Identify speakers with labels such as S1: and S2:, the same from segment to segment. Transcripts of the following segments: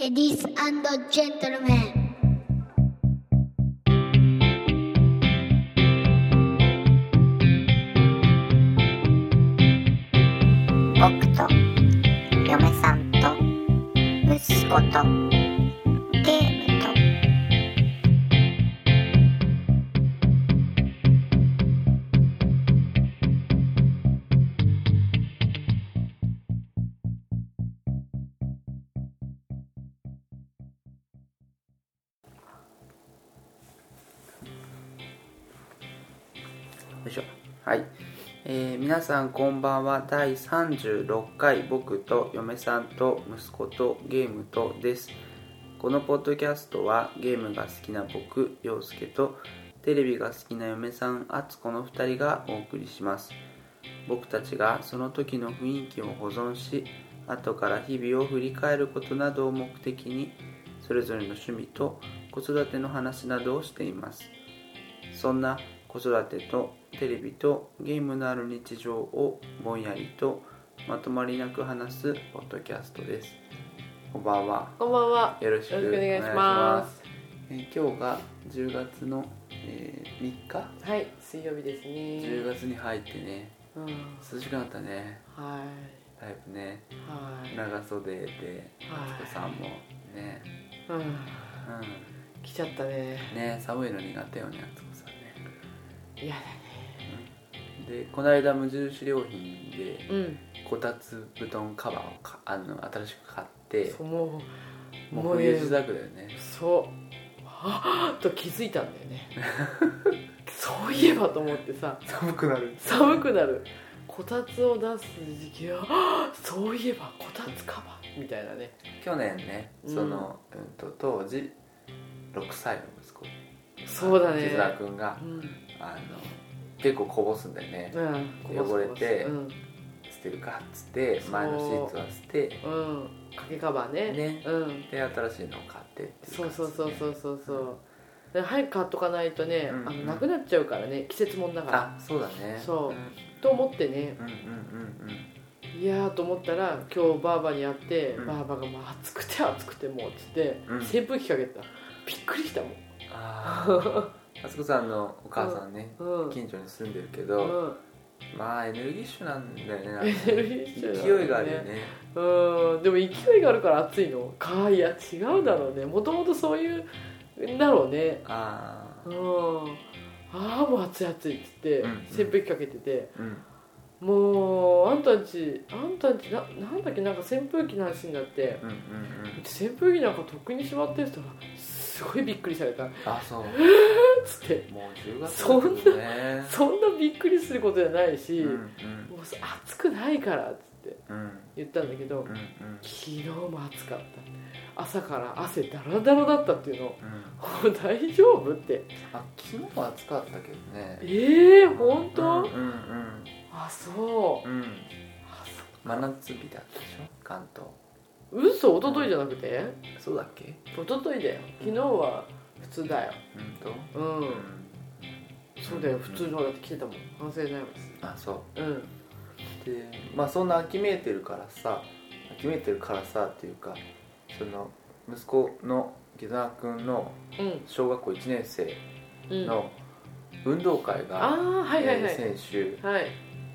S1: Ladies and gentlemen.
S2: 僕と嫁さんと息子とゲームと
S3: よいしょはい、えー皆さんこんばんは第36回僕と嫁さんと息子とゲームとですこのポッドキャストはゲームが好きな僕陽介とテレビが好きな嫁さん敦子の2人がお送りします僕たちがその時の雰囲気を保存し後から日々を振り返ることなどを目的にそれぞれの趣味と子育ての話などをしていますそんな子育てとテレビとゲームのある日常をぼんやりとまとまりなく話すポッドキャストですこんばんは
S4: こんばんは。
S3: よろしくお
S4: よ
S3: 願
S4: ろしくお願
S3: い
S4: い
S3: し
S4: し
S3: ま
S4: ますす。
S3: えー今日が10月の、えー3日
S4: はい、水曜日です
S3: 10
S4: ね。
S3: 月に入ってね
S4: うん、
S3: 涼しくなったね
S4: は
S3: だいぶね
S4: い、はい、
S3: 長袖で
S4: はい
S3: お子さんもね
S4: うん、
S3: う
S4: 来ちゃったね。
S3: んね寒いの苦手よね敦子さんね
S4: 嫌だね。
S3: でこの間無印良品で
S4: うん、
S3: こたつ布団カバーをかあの新しく買って
S4: そうもう、
S3: もう
S4: ね
S3: 冬自宅だよね
S4: そう、はっと気づいたんだ よね。そういえばと思ってさ、
S3: 寒くなる
S4: 寒くなる。こたつを出す時期は、はっそういえばこたつかばみたいなね。
S3: 去年ね
S4: うん
S3: その、うんと当時6歳の息子
S4: そうだね
S3: 木。津君が
S4: うん、
S3: あの結構こぼすんだよね、
S4: うん、こぼす
S3: 汚れて
S4: うん、
S3: 捨てるかっつって
S4: そう
S3: 前のシーツは捨て
S4: うん、掛けカバーね。
S3: ね
S4: うん。
S3: で新しいのを買ってってい
S4: そう
S3: 感じ
S4: そうそうそうそうそうで早く買っとかないとね、
S3: うんうん
S4: あのなくなっちゃうからね季節もんだから
S3: あそうだね
S4: そう
S3: うん
S4: と思ってね
S3: うんうん
S4: いやーと思ったら今日ばあばに会って、
S3: うん
S4: ばあばがもう暑くて暑くてもうっつって、
S3: うん
S4: 扇風機かけてたびっくりしたもん
S3: あ ーあそこさんのお母さんね、
S4: うん、
S3: 近所に住んでるけ
S4: う
S3: ど、
S4: ん、
S3: まあエネルギッシュなんだよねなんか
S4: エ
S3: ね
S4: ネルギッシュだね
S3: 勢いがあるよね
S4: うんでも勢いがあるから暑いのかいや違うだろうねもともとそういうんだろうね
S3: あ
S4: う
S3: あ
S4: んああもう暑い暑いっつって、
S3: うんうん
S4: 扇風機かけてて、
S3: うん
S4: もうあんたんちあんたんちななんだっけなんか扇風機の話になって
S3: うんうんうん
S4: 扇風機なんかとっくにしまってる人がすごいびっくりされたっ
S3: あそう
S4: つって
S3: もう10月
S4: そんな
S3: だね
S4: そんなびっくりすることじゃないし、
S3: うんう
S4: も
S3: ん
S4: う暑くないからっつって
S3: うん
S4: 言ったんだけど、
S3: うんうん
S4: 昨日も暑かった朝から汗だらだらだったっていうの も
S3: うん
S4: う大丈夫って
S3: あ昨日は暑かったけどね
S4: ええー、本当、
S3: うんうん
S4: あそう
S3: うんうん
S4: あそ
S3: 真夏日だったでしょ関東
S4: う嘘一昨日じゃなくて
S3: そうだっけ
S4: 一昨日だよ昨日は普通だよ
S3: うんと
S4: うんそうだよ
S3: うん
S4: 普通のだって来てたもん反省ないもん
S3: あそ
S4: うん
S3: うでまあそんな秋めいてるからさ秋めいてるからさっていうかその息子の木澤君の
S4: うん
S3: 小学校1年生
S4: うん
S3: の運動会
S4: あ
S3: が、
S4: あはいは
S3: え
S4: いはい
S3: ー先
S4: はい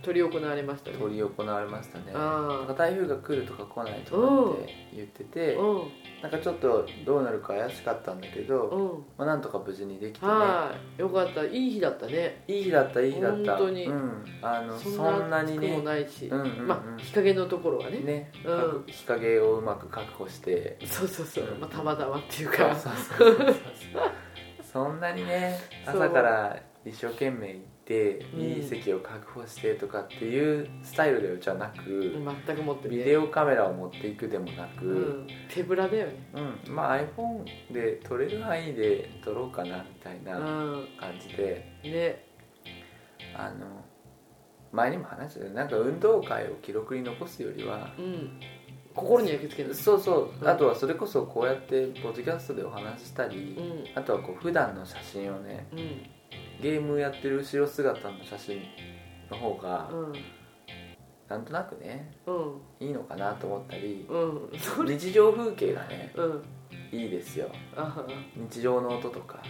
S4: 取り行われました
S3: 週
S4: ね
S3: 執り行われましたねなん
S4: あ
S3: か台風が来るとか来ないとかって言ってて
S4: あうん
S3: なんかちょっとどうなるか怪しかったんだけど、
S4: うん
S3: まあ、なんとか無事にできてね
S4: はいよかったいい日だったね
S3: いい日だったいい日だった
S4: 本当に
S3: うん、あのそんな
S4: 暑
S3: に
S4: くも
S3: ね
S4: ないし
S3: うんうんうん
S4: まあ日陰のところはね
S3: ね、
S4: うん
S3: 日陰をうまく確保して
S4: そうそうそう
S3: うん
S4: まあたまたまっていう
S3: そう
S4: か
S3: そうそうそうそんなにね
S4: そう
S3: 朝から一生懸命行って
S4: うん
S3: いい席を確保してとかっていうスタイルでじゃなく、
S4: 全く持ってね
S3: ビデオカメラを持っていくでもな
S4: う
S3: く、
S4: ん手ぶらだよね
S3: うんまあ、iPhone で撮れる範囲で撮ろうかなみたいうなん感じで。
S4: ね
S3: あの前にも話したけどなんか運動会を記録に残すよりは
S4: うん心に焼き付ける
S3: そうそう、
S4: うん
S3: あとはそれこそこうやってポッドキャストでお話ししたり、
S4: うん
S3: あとはこう普段の写真をね
S4: うん
S3: ゲームやってる後ろ姿の写真の方が
S4: うん
S3: なんとなくね
S4: うん
S3: いいのかなと思ったり
S4: うんそれ
S3: 日常風景がね
S4: うん
S3: いいですよ
S4: あはは
S3: 日常の音とか、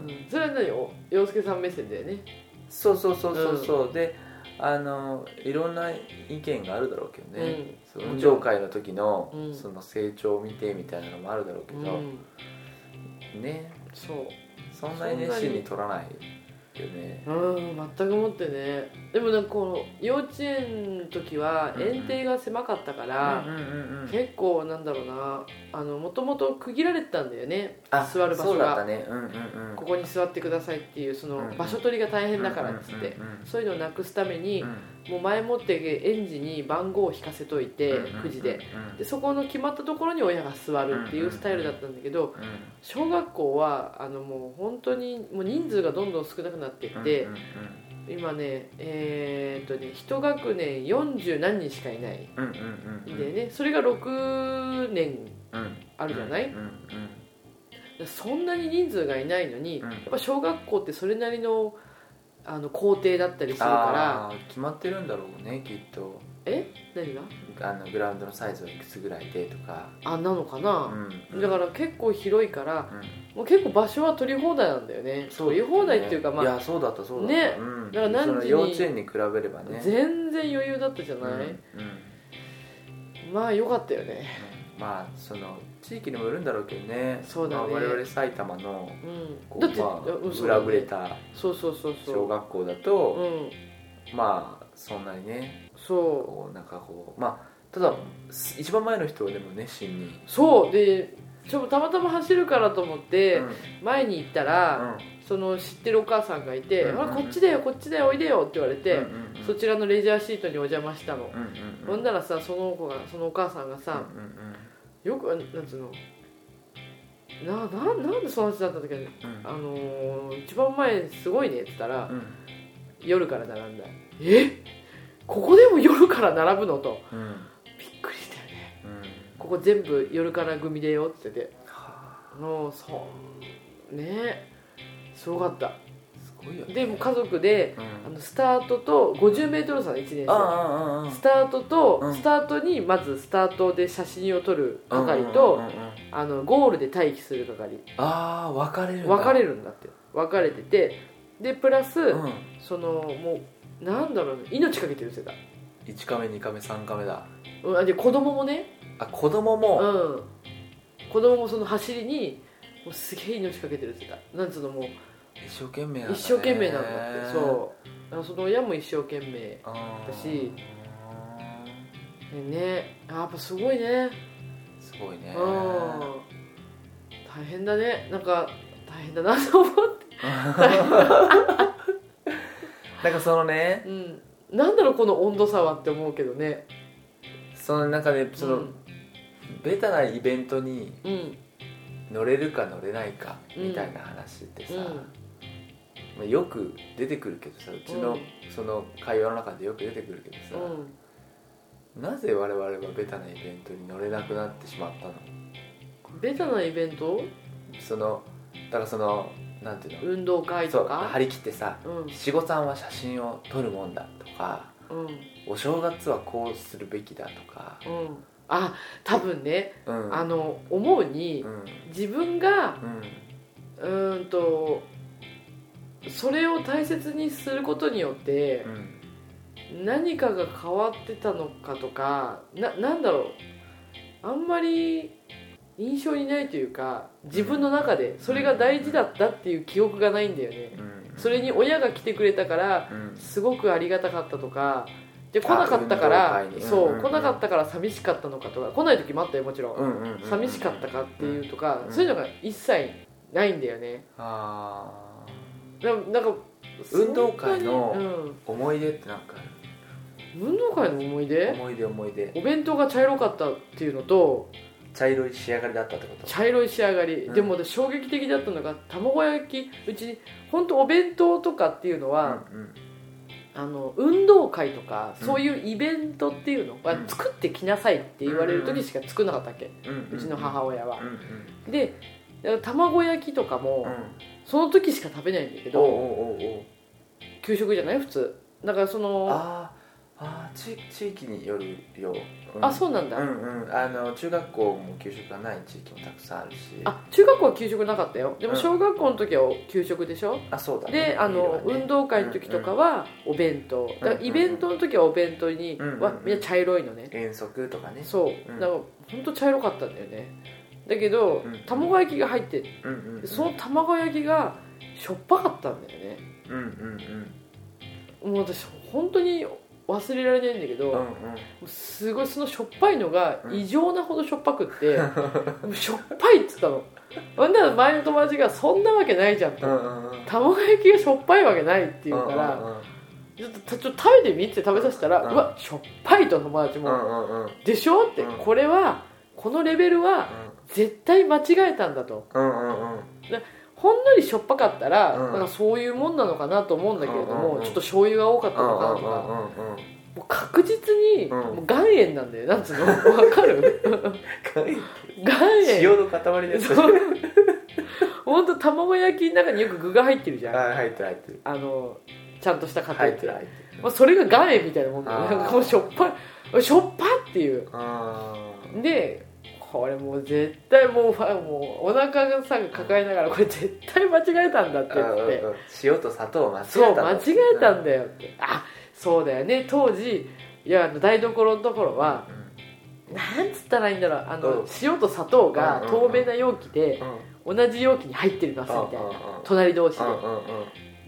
S4: う
S3: うん
S4: んそれは何お洋介さん目線だよね
S3: そうそうそうそうそう、であのいろんな意見があるだろうけどね、
S4: うん
S3: その上会の時の、
S4: うん
S3: その成長を見てみたいなのもあるだろうけ
S4: う
S3: ど、
S4: ん
S3: ね
S4: そう
S3: そんなに熱心に取らないよね
S4: うん全くもってねでもなんかこの幼稚園の時は園庭が狭かったから、
S3: うんうんうん
S4: 結構なんだろうなあのもともと区切られてたんだよね
S3: あ
S4: 座る場
S3: そ
S4: 所
S3: うだった
S4: が、
S3: ねうんうんうん
S4: ここに座ってくださいっていうその
S3: うん
S4: 場所取りが大変だからっつって、
S3: うんうんうんうん
S4: そういうのをなくすために、
S3: うん
S4: もう前もって園児に番号を引かせといて、くじででそこの決まったところに親が座るっていうスタイルだったんだけ
S3: う
S4: ど、
S3: んうんうん
S4: 小学校はあのもう本当にもう人数がどんどん少なくなっていって、
S3: うんうん
S4: 今ねえーっとね一学年40何人しかいない
S3: うんうんうんうん
S4: でねそれが6年
S3: うん
S4: あるじゃない、
S3: うんうん
S4: そんなに人数がいないのに、
S3: うん
S4: やっぱ小学校ってそれなりのあの校庭だったりするから
S3: あー決まってるんだろうねきっと
S4: え何が
S3: あのグラウンドのサイズはいくつぐらいでとか
S4: あなのかな、
S3: うん
S4: だから結構広いから
S3: うん
S4: もう結構場所は取り放題なんだよね取り放題っていうかま
S3: い
S4: あ
S3: やそうだったそうだった
S4: ね
S3: うん
S4: だから何時に
S3: その幼稚園に比べればね
S4: 全然余裕だったじゃない、
S3: うんうん
S4: まあ良かったよね
S3: まあその地域にもよるんだろうけどね
S4: そうだね
S3: まあ、我々埼玉の
S4: うん
S3: こ
S4: だっ
S3: う
S4: て、
S3: まあ
S4: うんそう
S3: 裏
S4: だね
S3: ぶれた
S4: そうそうそうそう
S3: 小学校だと
S4: うん
S3: まあそんなにね
S4: そう
S3: こうなんかこうまあただす一番前の人はでも熱心に
S4: そうでちょたまたま走るからと思って、
S3: うん
S4: 前に行った
S3: う
S4: ら、
S3: ん
S4: その知ってるお母さんがいて「
S3: うんうんうん
S4: あこっちだよこっちだよおいでよ」って言われて、
S3: うんうんうん
S4: そちらのレジャーシートにお邪魔した
S3: う
S4: の、
S3: んうんうん
S4: ほんならさその子がそのお母さんがさ、
S3: うんうん
S4: よくなんつうのなななんでその話だったんだっけど、
S3: うんうん
S4: あのー一番前すごいねって言ったら、
S3: うん
S4: 夜から並んだえここでも夜から並ぶのと
S3: うん
S4: びっくりしたよね
S3: うん
S4: ここ全部夜から組でよって言ってて
S3: はあ
S4: のそうねすごかった
S3: すごいよね
S4: でもう家族で
S3: うん
S4: あのスタートと 50m 差の1年
S3: ああ
S4: 生
S3: ああああ
S4: スタートと、
S3: うん
S4: スタートにまずスタートで写真を撮る係
S3: う
S4: と、
S3: んうんうんうん
S4: あのゴールで待機する係
S3: ああ分かれるんだ
S4: 分かれ
S3: る
S4: るんだって分かれててでプラス、
S3: うん
S4: そのもうなんだろうね命かけてる世代
S3: 1カメ2カメ3カメだ
S4: うんあで子供もね
S3: あ子供
S4: う
S3: も
S4: ん子供もその走りにもうすげえ命かけてる世代なんつうのもう
S3: 一生懸命なんだね
S4: 一生懸命なんだってそうだからその親も一生懸命ね
S3: うん
S4: だしねあやっぱすごいね
S3: すごい
S4: うん
S3: ね
S4: 大変だねなんか大変だなと思って
S3: なんかそのね
S4: うんなんだろうこの温度差はって思うけどね
S3: その中でその、
S4: うん
S3: ベタなイベントに
S4: うん
S3: 乗れるか乗れないかみたいな話ってさ、
S4: うん
S3: まあ、よく出てくるけどさうちの、
S4: うん
S3: その会話の中でよく出てくるけど
S4: う
S3: さ、
S4: ん
S3: なぜ我々はベタなイベントに乗れなくなってしまったの
S4: ベタなイベント
S3: そのだからそのなんていうの、
S4: 運動会
S3: そ
S4: と
S3: う張
S4: か
S3: り切ってさ
S4: うん
S3: 七五三は写真を撮るもんだとか
S4: うん
S3: お正月はこうするべきだとか、
S4: うんあ多分ね
S3: うん、
S4: あの思うに
S3: うん
S4: 自分が
S3: うん
S4: うーんとそれを大切にすることによって、
S3: うん
S4: 何かが変わってたのかとかななんだろうあんまり印象にないというか自分の中でそれが大事だったっていう記憶がないんだよね
S3: うん
S4: それに親が来てくれたから
S3: うん
S4: すごくありがたかったとかで来なかったか
S3: あ
S4: ら
S3: 運動会に
S4: そ
S3: うん
S4: う来なかったから寂しかったのかとか来ない時もあったよもちろ
S3: うんんうんうん
S4: 寂しかったかっていうとか
S3: うん
S4: そういうのが一切ないんだよね
S3: あ
S4: ななんか
S3: 運動会の
S4: そんなに
S3: ー思い出ってなんか
S4: うん運動会の思い出
S3: 思い出思い出
S4: お弁当が茶色かったっていうのと
S3: 茶色い仕上がりだったってこと
S4: 茶色い仕上がり、
S3: うん
S4: でも私衝撃的だったのが卵焼きうち本当お弁当とかっていうのは、
S3: うんうん
S4: あの運動会とか
S3: うん
S4: そういうイベントっていうのは、
S3: うん
S4: 作ってきなさいって言われる時しか作んなかったっけ、
S3: うん
S4: うちの母親は
S3: う、んうん
S4: でだから卵焼きとかも、
S3: うん
S4: その時しか食べないんだけ
S3: おう
S4: ど
S3: おうおうおう
S4: 給食じゃない普通だからその
S3: ああー地地域によるよ、うん
S4: あそうなんだ、
S3: うんうんあの中学校も給食がない地域もたくさんあるし
S4: あ中学校は給食なかったよでも
S3: うん
S4: 小学校の時は給食でしょ、
S3: あそうだね
S4: であの
S3: いろいろね
S4: 運動会の時とかはお弁当だからイベントの時はお弁当に
S3: うんうんうん
S4: はみんな茶色いのね
S3: 遠足とかね
S4: そう
S3: うん
S4: だからほんと茶色かったんだよねだけど
S3: うん
S4: 卵焼きが入ってて
S3: うんうんうん
S4: その卵焼きがしょっぱかったんだよね
S3: うんうんうん
S4: もう私本当に忘れられないんだけど、
S3: うん
S4: もうすごいそのしょっぱいのが
S3: うん
S4: 異常なほどしょっぱ くって、もうしょっぱいっつったのほんなら前の友達が「そんなわけないじゃん」と、
S3: うんうんうん
S4: 卵焼きがしょっぱいわけないって言うから、
S3: うんうん
S4: ちょっとたちょっと食べてみって食べさせたら、う
S3: うん
S4: わしょっぱいと友達
S3: う
S4: も、
S3: んうんうん
S4: でしょって、
S3: うん
S4: これはこのレベルは絶対間違えたんだと
S3: うんうんうん
S4: ほんのりしょっぱかったら、
S3: うん
S4: なんかそういうもんなのかなと思うんだけれども、
S3: うんうんうん
S4: ちょっと醤油が多かったのかなとか、
S3: うんうんうん
S4: もう確実に、
S3: うん
S4: もう岩塩なんだよなんつうのわかる岩塩
S3: 塩の塊です
S4: そう本当卵焼きの中によく具が入ってるじゃんあ
S3: あ入ってる入ってる
S4: のちゃんとした家庭
S3: 入
S4: っ
S3: って
S4: て
S3: る入ってる
S4: まあ、それが岩塩みたいなもんだよ
S3: あー
S4: なんかもうしょっぱいしょっぱっていう
S3: あー
S4: でこれもう絶対もうファもうお腹がさ抱えながらこれ絶対間違えたんだって言
S3: うん
S4: っ
S3: うん
S4: て
S3: うん塩と砂糖を間違え
S4: そう
S3: たの
S4: 間違えたんだよって、あそうだよね当時いやあの台所のところはなんつったらいいんだろうあの、
S3: うん
S4: 塩と砂糖が
S3: うんうんう
S4: 透
S3: ん
S4: 明な容器で
S3: うんうん
S4: 同じ容器に入ってますみたい
S3: うんう
S4: なん
S3: うん
S4: 隣同士で
S3: うんうんうん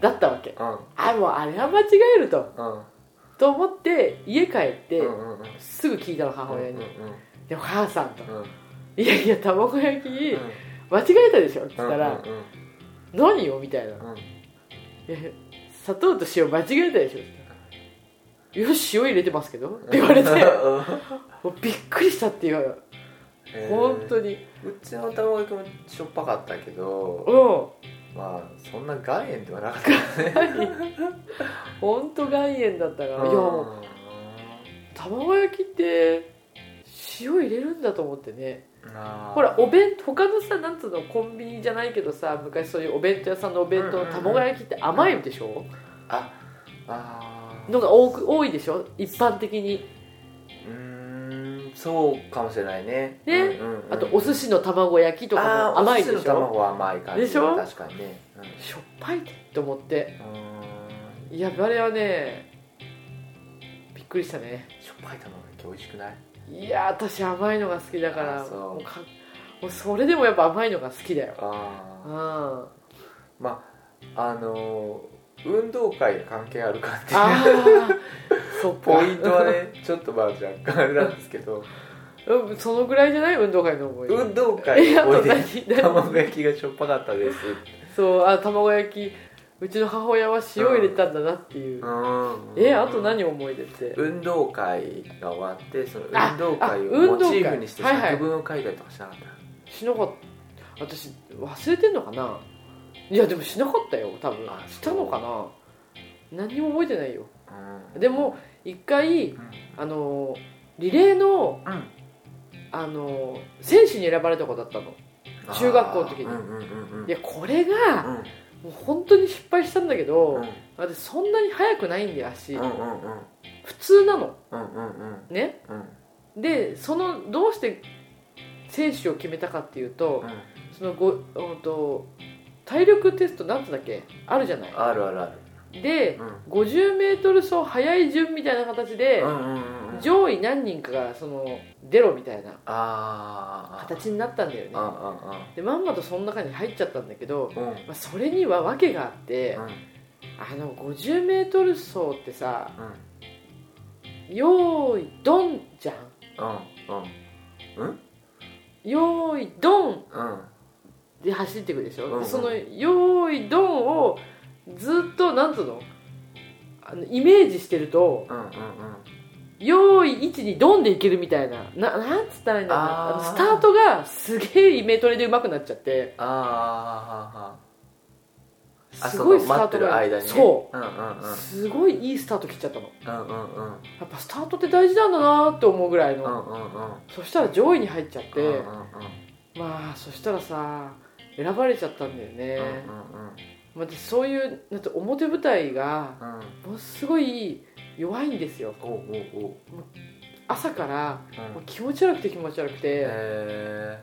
S4: だったわけ
S3: うん
S4: あもうあれは間違えると
S3: うん
S4: と思って家帰って
S3: うんうんうん
S4: すぐ聞いたの母親に
S3: うんうん
S4: 「でも母さん」と
S3: うんうん
S4: 「いやいや卵焼き
S3: うん
S4: 間違えたでしょ」って言った
S3: う
S4: ら
S3: んうんうん
S4: 「何よ」みたい
S3: う
S4: な
S3: ん
S4: いや砂糖と塩間違えたでしょ」ってよし塩入れてますけど」って言われて
S3: うん
S4: もうびっくりしたっていう
S3: へー
S4: 本当に
S3: うちの卵焼きもしょっぱかったけど
S4: うん
S3: まあそんな岩塩ではなかった
S4: 本当岩塩だったからいやもう
S3: う
S4: 卵焼きって塩入れるんだと思ってね
S3: ん
S4: ほらお弁他のさなんつうのコンビニじゃないけどさ昔そういうお弁当屋さんのお弁当
S3: うんうんうん
S4: 卵焼きって甘いでしょ
S3: ああー
S4: のが多く多いでしょ一般的に
S3: うーんそうかもしれないねう
S4: ね
S3: んうんうん
S4: あとお寿司の卵焼きとか
S3: あ
S4: も
S3: ー
S4: 甘い
S3: お
S4: で
S3: 寿
S4: し
S3: 司の
S4: ょ
S3: 卵は甘い感じ
S4: でしょ
S3: 確かにねうん
S4: しょっぱいって思って
S3: うーん
S4: いやあれはねびっくりしたね
S3: しょっぱい卵焼き美味しくない
S4: いや私甘いのが好きだから
S3: あそう
S4: もうかもうそれでもやっぱ甘いのが好きだよ
S3: あ
S4: う
S3: ー
S4: んあ
S3: まああのー運動会が関係あるかっていう
S4: あ そっか
S3: ポイントはねちょっとまあ若干あれなんですけど
S4: うんそのぐらいじゃない運動会の思い出
S3: 運動会
S4: えあ
S3: の思
S4: と
S3: い 出
S4: 何何
S3: 卵焼きがしょっぱかったです
S4: そうあ卵焼きうちの母親は塩入れたんだなっていう、
S3: うん
S4: えあと何思い出って
S3: 運動会が終わってその
S4: あ
S3: 運動会を
S4: あ運
S3: モ
S4: 動
S3: チ
S4: 会
S3: ーフにして
S4: はいはい
S3: 作文を書いたりとかしなかった、
S4: しなかった私忘れてんのかないやでもしなかったよ多分
S3: あそう
S4: したのかな何も覚えてないよ
S3: うん
S4: でも一回
S3: うん
S4: あのリレーの
S3: うん
S4: あの選手に選ばれた子だったの中学校の時に
S3: あーうんうんうんうん
S4: いやこれがもう本当に失敗したんだけ
S3: うん
S4: ど、私そんなに速くないんで足、
S3: うんうんうん
S4: 普通なの
S3: うんうんうん
S4: ね
S3: うん
S4: でそのどうして選手を決めたかっていう
S3: う
S4: と、
S3: ん
S4: そのご、うん、と体力テストなんつうんだっけあるじゃない
S3: あるあるある
S4: で
S3: う、ん
S4: 50m 走早い順みたいな形で、
S3: うんうんうん
S4: 上位何人かがその出ろみたいな
S3: あー
S4: 形になったんだよね
S3: あああ
S4: でまんまとその中に入っちゃったんだけど、
S3: うんうん
S4: まあ、それには訳があって、あの 50m 走ってさ「よーいドン」じゃん「よーいドン
S3: うんうんうんうん」
S4: で走っていくでしょ、
S3: うんうん
S4: その「よーいドン」をずっとなんつうのあのイメージしてると
S3: うんうん
S4: 「よーい1」に「ドン」でいけるみたいなななんつったらいいんだろうな
S3: あー
S4: あのスタートがすげえイメトレでうまくなっちゃって
S3: あーあーあーあ
S4: すごい
S3: そ
S4: ス
S3: の
S4: タ
S3: 待
S4: ー
S3: って
S4: ト
S3: る
S4: が
S3: 間にね
S4: そう
S3: うんうんうん
S4: うすごいいいスタート切っちゃったの
S3: うんうんうん
S4: やっぱスタートって大事なんだなーって思うぐらいの、
S3: うんうんうん
S4: そしたら上位に入っちゃって、
S3: うんうんうん
S4: まあそしたらさ選ばれちゃったんだよね、
S3: うんうんうん
S4: まあ、私そういうなんて表舞台がものすごい弱いんですよ
S3: おうおうおう
S4: 朝から
S3: うん
S4: もう気持ち悪くて気持ち悪くて、
S3: え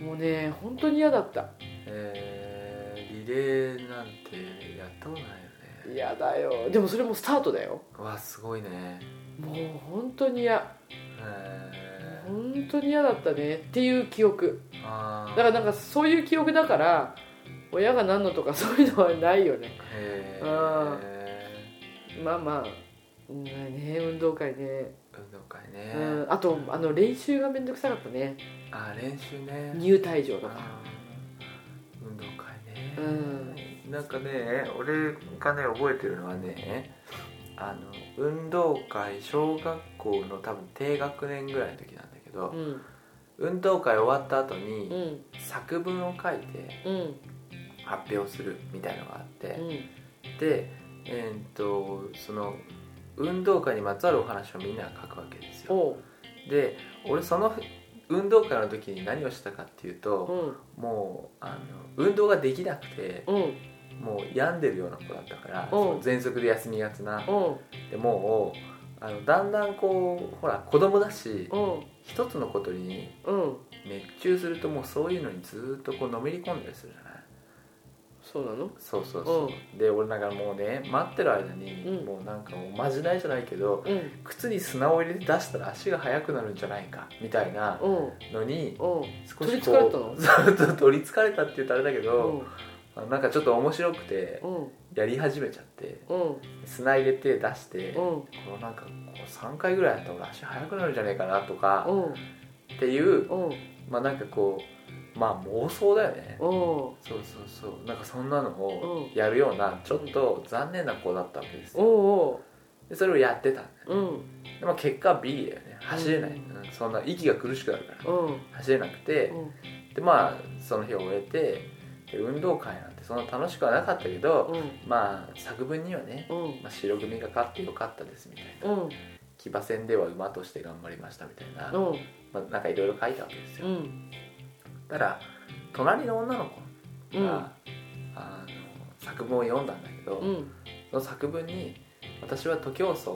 S4: もうね本当に嫌だった
S3: ーえー、リレーなんてやったことないよね
S4: 嫌だよでもそれもスタートだよ
S3: うわすごいね
S4: もう本当に嫌
S3: えー、
S4: 本当に嫌だったねっていう記憶
S3: あー
S4: だからなんかそういう記憶だから親が何のとかそういうのはないよね
S3: へ
S4: うん
S3: え
S4: まあまあうんね運動会ね、
S3: 運動会ね、
S4: うん、あとあの練習がめんどくさかったね
S3: あ練習ね
S4: 入退場とか
S3: あー運動会ね、
S4: うん
S3: なんかね俺がね覚えてるのはねあの運動会小学校の多分低学年ぐらいの時なんだけど
S4: う、ん
S3: 運動会終わった後
S4: う
S3: に
S4: ん
S3: 作文を書いて
S4: うん
S3: 発表するみたいのがあって、
S4: うん
S3: でえーっとその運動会にまつわるお話をみんなが書くわけですよ
S4: おう
S3: で俺その運動会の時に何をしたかっていう
S4: う
S3: と、
S4: ん
S3: もうあの運動ができなくて、
S4: うんうん
S3: もう病んでるような子だったから、
S4: ん
S3: その喘息で休みがちな、でもうあのだんだんこうほら子供だし、
S4: うん
S3: 一つのことに
S4: うん
S3: 熱中するともうそういうのにずっとこうのめり込んだりするじゃない
S4: そうなの
S3: そうそうそう、で俺なんかもうね待ってる間に、
S4: うん
S3: もうなんかおまじないじゃないけど
S4: うん
S3: 靴に砂を入れて出したら足が速くなるんじゃないかみたいな
S4: うん
S3: のに
S4: うん
S3: 少
S4: 取り
S3: し
S4: つかれた
S3: こ
S4: の
S3: うそうそう 取りつかれたって言うとあれだけ
S4: う
S3: ど、
S4: ん
S3: あのなんかちょっと面白くて
S4: うん
S3: やり始めちゃって
S4: うん
S3: 砂入れて出して、
S4: う
S3: こ
S4: ん
S3: のなんかこう3回ぐらいやったら俺足速くなるんじゃねえかなとか
S4: うん
S3: っていう
S4: うん
S3: まあなんかこうまあ妄想だよね
S4: うん
S3: そうそうそうなんかそんなのを
S4: う
S3: やるようなちょっと残念な子だったわけですよ
S4: おう
S3: でそれをやってたんだよ
S4: おううん
S3: でまあ結果 B だよね走れない、
S4: うん
S3: うんそんな息が苦しくなるから
S4: うん
S3: 走れなくて
S4: うん
S3: でまあその日を終えてで運動会なんてそんな楽しくはなかったけど
S4: うん
S3: まあ作文にはね、
S4: うん
S3: まあ、白組が勝ってよかったですみたいな
S4: うん
S3: 騎馬戦では馬として頑張りましたみたいな、
S4: うん
S3: まあ、なんかいろいろ書いたわけですよ、
S4: うん
S3: たら隣の女の子が、
S4: うん
S3: あの作文を読んだんだけど、
S4: うん
S3: その作文に「私は徒競走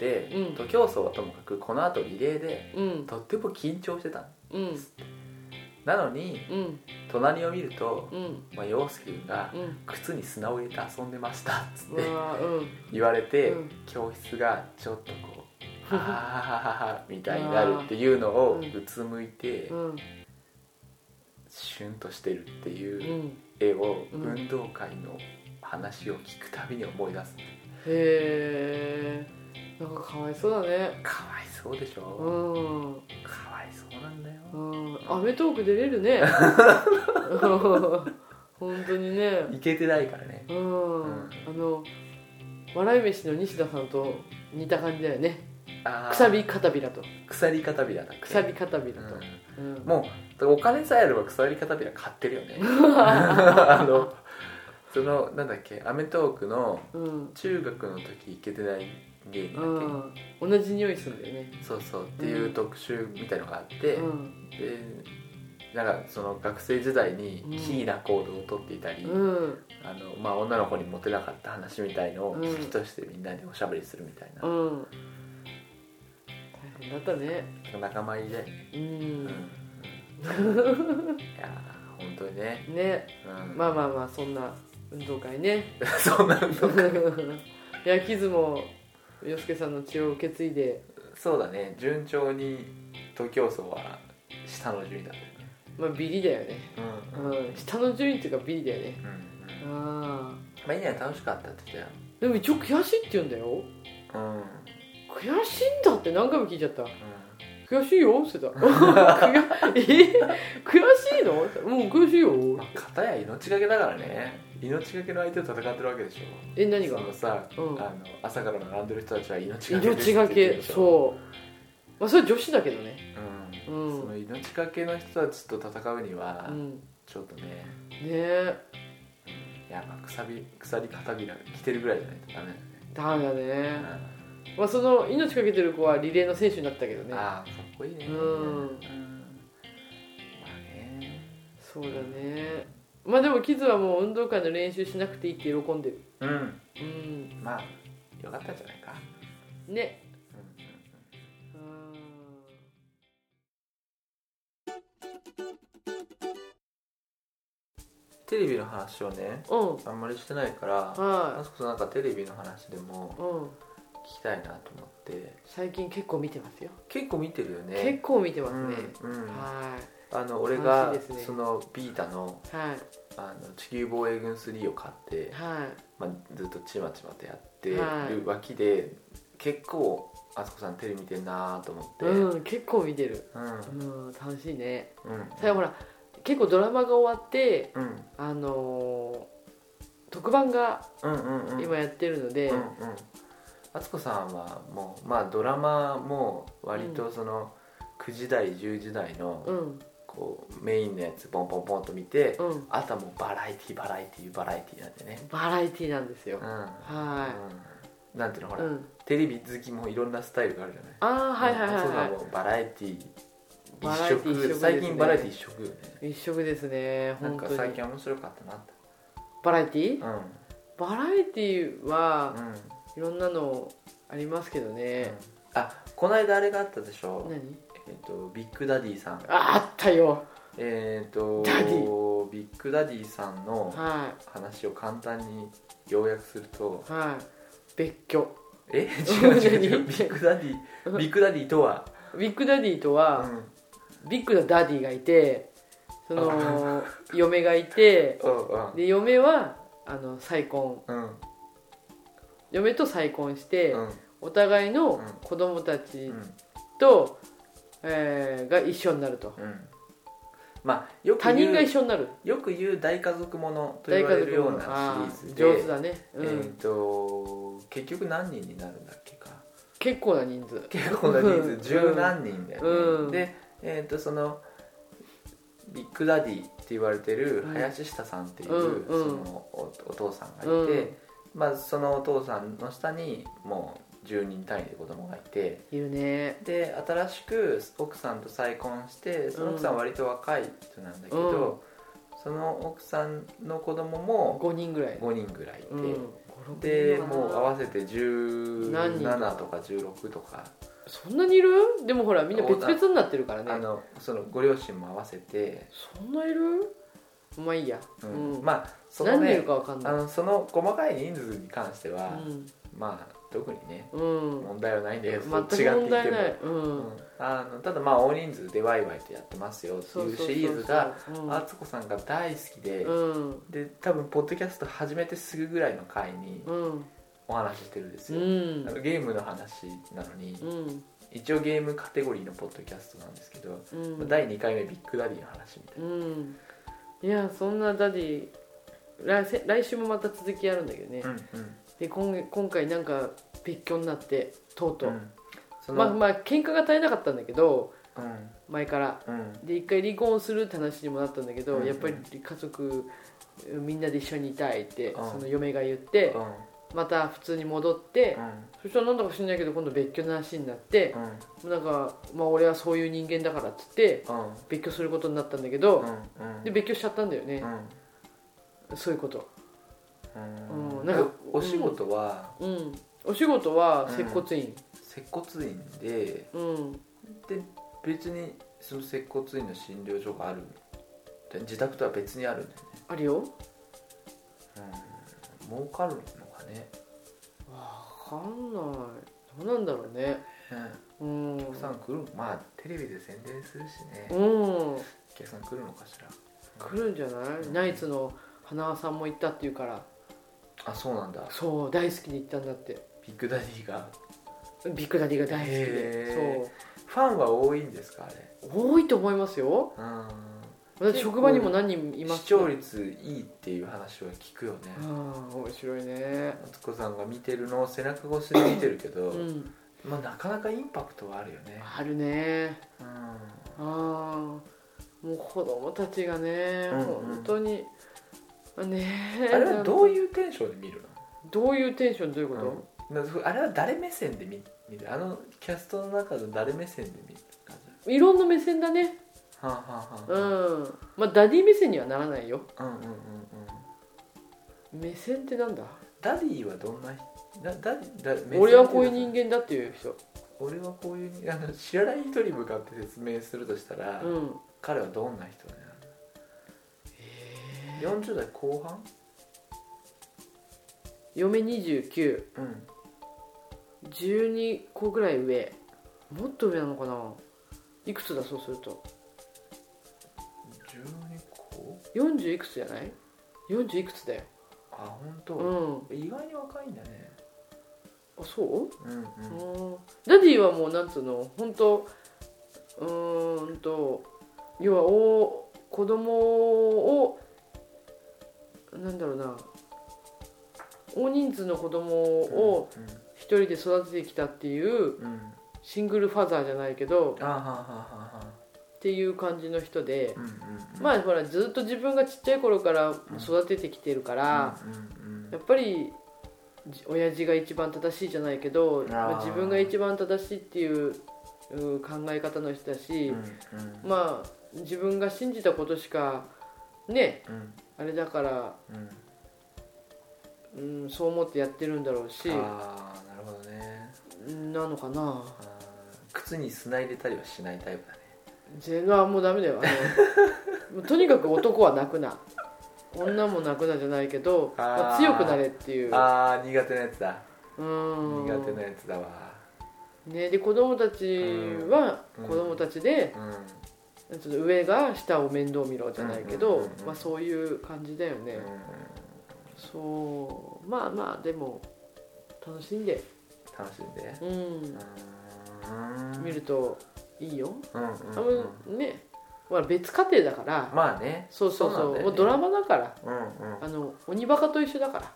S3: で、
S4: うん
S3: 徒競走はともかくこのあとリレーで
S4: うん
S3: とっても緊張してたの
S4: うん
S3: なのに
S4: うん
S3: 隣を見ると、
S4: うん
S3: まあ、陽介君が
S4: うん
S3: 靴に砂を入れて遊んでましたっつっ
S4: う
S3: て
S4: わうん
S3: 言われて、
S4: うん
S3: 教室がちょっとこう「あ はははは」みたいになるっていうのを
S4: うん
S3: うつむいて
S4: うん
S3: シュンとしてるって
S4: う
S3: いうん絵を
S4: うん
S3: 運動会の話を聞くたびに思い出す
S4: へえんかかわいそうだね
S3: かわいそうでし
S4: う
S3: ょ
S4: んう
S3: かわいそうなんだよ
S4: んアメトーク出れるね本当にね
S3: いけてないからね
S4: うん、
S3: うん
S4: あの笑い飯の西田さんと似た感じだよね
S3: あー
S4: くさび片びらと
S3: 鎖片びらだっけ
S4: くさび片び
S3: う
S4: らと、
S3: ん
S4: うん
S3: もうお金さえあれば鎖片びら買ってるよね あのそのなんだっけ『アメトーーク』の
S4: うん、
S3: 中学の時いけてない芸人だっけ、
S4: うん、同じ匂いするんだよね
S3: そうそうっていう特集みたいのがあって、
S4: うん
S3: でなんかその学生時代に
S4: うん
S3: キーな行動をとっていたり、
S4: うん
S3: あのまあ、女の子にモテなかった話みたいのを
S4: うん
S3: 聞きとしてみんなでおしゃべりするみたいな、
S4: うん大変だったね
S3: 仲間入りで、
S4: う
S3: うんん いやー本当にね、
S4: ね
S3: うん
S4: まあまあまあそんな運動会ね
S3: そんなの
S4: 野球ズも洋介さんの血を受け継いで、
S3: そうだね順調に徒競走は下の順位だったよね
S4: まあ、ビリだよね、
S3: うんうん
S4: うん、下の順位っていうかビリだよね
S3: うん
S4: ああ
S3: まあいいね楽しかったって言っ
S4: でも一応悔しいって言うんだよ
S3: たようん
S4: 悔しいんだって何回も聞いちゃった
S3: うん
S4: 悔しいよって言ってた 悔え悔しいのって言ったうん悔しいよ
S3: まあ、片や命がけだからね命がけの相手と戦ってるわけでしょ
S4: え何が
S3: そのさ、
S4: うん
S3: あの朝から並んでる人たちは命がけです
S4: 命が
S3: って言ってる
S4: け
S3: でしょ
S4: そうまあそれは女子だけどね
S3: う、
S4: うんん
S3: そうの
S4: ん
S3: 命がけの人たちと戦うには、
S4: ね
S3: ちょっとね
S4: え
S3: いやまあくさび鎖片びら着てるぐらいじゃないとダメ
S4: ダメだ
S3: だよ
S4: ね
S3: ね、
S4: まあその命かけてる子はリレーの選手になったけど
S3: うん
S4: ね
S3: ああかっこいいね
S4: うん
S3: まあね
S4: そうだねまあでもキズはもう運動会の練習しなくていいって喜んでる
S3: うん
S4: うん
S3: まあよかったんじゃないか、
S4: ね
S3: うんうんうん
S4: うん
S3: テレビの話をね
S4: うん
S3: あんまりしてないからあ
S4: は
S3: そこそなんかテレビの話でも
S4: いうん
S3: 聞きたいなと思って
S4: 最近結構見てますよ
S3: 結構見てるよね
S4: 結構見てますね
S3: うんうん
S4: は
S3: あの俺が
S4: 楽しいですね
S3: そのビータの
S4: いはい
S3: あの地球防衛軍3を買って、
S4: は
S3: まあ、ずっとちまちまとやって
S4: はい
S3: る脇で結構あそこさんテレビ見てんなと思っ
S4: い
S3: てうん
S4: うん結構見てるうん楽しいね
S3: うん
S4: 最後ほら結構ドラマが終わって
S3: うん
S4: あのー特番が
S3: うんうんうん
S4: 今やってるので、
S3: うんうんあつこさんはもうまあドラマも割とその9時台10時台
S4: う
S3: の
S4: ん
S3: こうメインのやつポンポンポンと見て
S4: うん
S3: あとはもうバラエティバラエティバラエティなんでね
S4: バラエティなんですよ、
S3: うん
S4: は
S3: うんなんていうのほ
S4: い、
S3: ら、
S4: うん、
S3: テレビ好きもいろんなスタイルがあるじゃない
S4: ああはいはいはい
S3: そうだ
S4: は
S3: もうバラエティ
S4: バラエテ
S3: 一
S4: ィ一色で
S3: 色
S4: すね
S3: 最近バラエティ一色よね
S4: い一色ですね
S3: な
S4: 本
S3: んか
S4: 当
S3: 最
S4: に
S3: 近面白かったなって
S4: バラエティ
S3: うん
S4: バラエティは
S3: うん、
S4: いろんなのありますけどね、
S3: あこの間あれがあったでしょ、
S4: 何
S3: えっとビッグダディさん
S4: ああったよ
S3: えっと
S4: ダ
S3: ビ
S4: デ
S3: ッグダディさんの
S4: は
S3: 話を簡単に要約すると
S4: いはい別居
S3: え 違う違う違う
S4: 何
S3: ビッグダディビッグダディとは、
S4: ビッグダディと
S3: う
S4: は、
S3: ん
S4: ビッグなダディがいてその嫁がいて
S3: うんうん
S4: で嫁はあの再婚
S3: うん
S4: 嫁と再婚して、
S3: うん
S4: お互いの
S3: うん
S4: 子供たち
S3: うん
S4: と、えーが一緒になると
S3: うんまあよく
S4: 他人が
S3: 言う
S4: 一緒になる
S3: よく言う大家族ものと
S4: 大
S3: 言わ
S4: 家
S3: れる
S4: 族
S3: よ
S4: も
S3: う
S4: の
S3: な
S4: あ
S3: シリーズ
S4: ー
S3: で
S4: 上手だね、うん
S3: えー、と結局何人になるんだっけか
S4: 結構な人数
S3: 結構な人
S4: うん
S3: 数十何人だよね、
S4: うん
S3: で、えー、とそのビッグダディって言われてる
S4: うん
S3: 林下さんっていう、
S4: うんうん
S3: そのおお父さんがいて、
S4: うん
S3: まあ、そのお父さんの下にもう10人単位で子供がいて
S4: いるね
S3: で新しく奥さんと再婚してその奥さんは割と若い人なんだけど、その奥さんの子供も
S4: 5人ぐらい、
S3: 5人ぐらいいて。
S4: うん、5-6
S3: で
S4: 人かな
S3: もう合わせて
S4: 何人
S3: 17とか16とか
S4: そんなにいるでもほらみんな別々になってるから
S3: あ
S4: ね
S3: のそのご両親も合わせて、
S4: そんないるまあいいや、
S3: う
S4: うんん
S3: まあその
S4: 何人い
S3: ね
S4: るかわかん
S3: あ
S4: ない
S3: のその細かい人数に関しては、
S4: う
S3: まあ特にね
S4: ん、うん、
S3: 問題はないんです
S4: 全く
S3: 違ってい
S4: 問
S3: て
S4: 題
S3: も
S4: ない、う
S3: うんんあのただまあ大人数でワイワイとやってますよっていうシリーズが
S4: あ
S3: 敦子さんが大好きで、
S4: うん
S3: で多分ポッドキャスト始めてすぐぐらいの回に
S4: うん
S3: お話ししてるんです
S4: う
S3: よ、
S4: ん
S3: あのゲームの話なのに、
S4: うん
S3: 一応ゲームカテゴリーのポッドキャストなんですけど、
S4: うん
S3: 第2回目ビッグダディの話みたいな、
S4: うんいやそんなダディ来せ来週もまた続きやるんだけどね、
S3: うん
S4: で今今回なんか別居になってとうと
S3: う
S4: う、
S3: ん、そ
S4: まあ
S3: の、
S4: まあ喧嘩が絶えなかったんだけど
S3: うん
S4: 前から
S3: うん
S4: で一回離婚するって話にもなったんだけど、
S3: うんうん
S4: やっぱり家族みんなで一緒にいたいって、
S3: うん
S4: その嫁が言って、
S3: うん
S4: また普通に戻って、そしたらなんだか知んないけど今度別居の話になって
S3: う、ん
S4: なんか、まあ、俺はそういう人間だからっつって
S3: うん
S4: 別居することになったんだけど、
S3: うんうん
S4: で別居しちゃったんだよ
S3: う
S4: ね、
S3: ん
S4: そういうこと
S3: うん
S4: うん
S3: な
S4: なんん
S3: か
S4: か
S3: お仕事は
S4: うんお仕事は接骨院
S3: 接骨院で
S4: うん、
S3: で別にその接骨院の診療所があるで自宅とは別にあるんだよね
S4: あるよ
S3: 儲かるのかね、
S4: わかんないどうなんだろうねうん
S3: お客さん来るまあテレビで宣伝するしね、お
S4: うん
S3: 客さん来るのかしら
S4: 来るんじゃない、ナイツの花輪さんも行ったっていうから
S3: あそうなんだ
S4: そう大好きで行ったんだって
S3: ビッグダディが
S4: ビッグダディが大好きで
S3: へファンは多いんですかあれ
S4: そう多いと思いますよ
S3: う
S4: 私職場にも何人い
S3: ん
S4: ます
S3: 視聴率いいっていう話は聞くよね
S4: うん面白いね
S3: あつこさんが見てるのを背中越しで見てるけど、
S4: うん
S3: まあ、なかなかインパクトはあるよね
S4: あるね
S3: う
S4: ああもう子供たちがね、
S3: うんうん
S4: 本当にねえ
S3: んあれはどういうテンションで見る
S4: どういうテンションどういうこ
S3: の、
S4: と、
S3: なあれは誰目線で見見るあのキャストの中の誰目線で見る感じ
S4: いろんな目線だね
S3: はあ、はあ
S4: う
S3: は
S4: んまあダディ目線にはならないよ
S3: あ、うんうんうんうん
S4: 目線ってなんだ
S3: ダディはどんな人だダディだ目線
S4: 俺はこういう
S3: って
S4: 人間だっていう人
S3: 俺はこういう人あの知らない人に向かって説明するとしたら、
S4: うん
S3: 彼はどんな人なの40代後半
S4: 嫁2912
S3: うん
S4: 個ぐらい上もっと上なのかないくつだそうすると
S3: 12個
S4: 40いくつじゃない40いくつだよ
S3: あ本当、
S4: うん
S3: 意外に若いんだね
S4: あそう
S3: うんうん、
S4: うんダディはもうなんつうの本当うーんと要はお子供をなんだろうな大人数の子供を一人で育ててきたっていう
S3: うん、うん、
S4: シングルファザーじゃないけど
S3: あはははは
S4: っていう感じの人で
S3: うんうんうん
S4: まあほらずっと自分がちっちゃい頃から育ててきてるから、
S3: うん
S4: やっぱりじ親父が一番正しいじゃないけど
S3: ー
S4: まあ自分が一番正しいっていうう考え方の人だし
S3: うんう、ん
S4: まあ自分が信じたことしかね
S3: うん
S4: あれだから、
S3: うん
S4: うん、そう思ってやってるんだろうし
S3: ああなるほどね
S4: なのかな
S3: あー靴に砂入れたりはしないタイプだね
S4: 全然あもうダメだよあ のもうとにかく男は泣くな女も泣くなじゃないけど、
S3: あー
S4: まあ強くなれっていう
S3: ああ苦手なやつだ
S4: うん
S3: 苦手なやつだわ
S4: ね、で子供たちは
S3: うん
S4: 子供たちで、
S3: うん
S4: ちょっと上が下を面倒見ろじゃないけど、
S3: うんうんうんうん
S4: まあ、そういう感じだよね、
S3: うん
S4: そうまあまあでも楽しんで、
S3: 楽しんで
S4: う、
S3: うんーん
S4: 見るといいよ、
S3: うんうん
S4: 多
S3: うん
S4: 分ね、まあ、別家庭だから、
S3: まあね
S4: そうそうそう
S3: そうなんだよね
S4: もうドラマだから
S3: うんうん
S4: あの鬼バカと一緒だから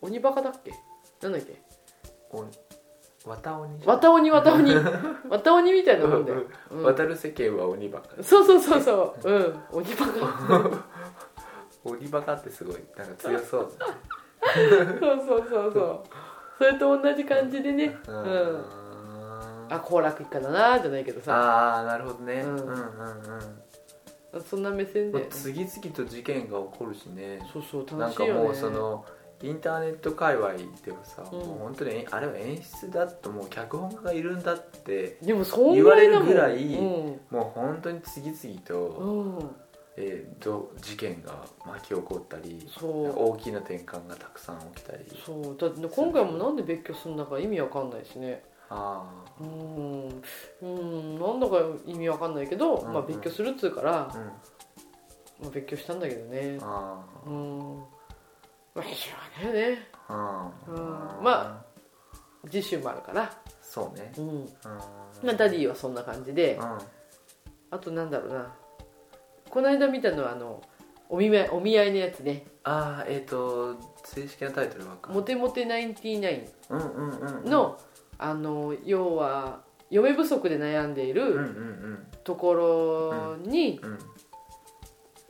S4: 鬼バカだっけなんだっけ
S3: お綿鬼
S4: 綿鬼綿 鬼綿鬼みたいなもんだよ、うん
S3: 渡る世間は鬼バカ
S4: そうそうそうそううん鬼バカ
S3: 鬼バカってすごいなんか強そうだね
S4: そうそうそうそうそれと同じ感じで ね
S3: う
S4: うん、
S3: ん
S4: あ行楽一家だなじゃないけどさ
S3: ああなるほどね
S4: う
S3: うんんうんうん
S4: そんな目線
S3: もう
S4: で
S3: 次々と事件が起こるしね
S4: そうそう
S3: な
S4: 楽
S3: ん
S4: し
S3: か
S4: いよね
S3: もうそのインターネット界隈でもさ、
S4: うん
S3: もう本当にあれは演出だともう脚本家がいるんだって
S4: でもそんぐらいだもん
S3: 言われるぐらい
S4: うん
S3: もう本当に次々と、
S4: うん、
S3: えーど事件が巻き起こったり
S4: そう
S3: 大きな転換がたくさん起きたり
S4: そうだってね今回もなんで別居するんだか意味わかんないしね
S3: あ
S4: うん、うん、なんだか意味わかんないけど、
S3: うんうん
S4: まあ別居するっつうから
S3: あ、、うん、
S4: まあ、別居したんだけどね
S3: あ
S4: うんまあしょうがないよね
S3: あああ
S4: うんま次週もあるから
S3: そうね
S4: うん
S3: うん
S4: まあダディはそんな感じで、
S3: うん
S4: あとなんだろうなこの間見たのはあのお見舞いお見合いのやつね
S3: ああえっ、と正式なタイトルは
S4: 「モテモテ99
S3: うんうんうん」うん
S4: の,、あの要は嫁不足で悩んでい
S3: うんうん
S4: る
S3: うん
S4: ところに、
S3: うん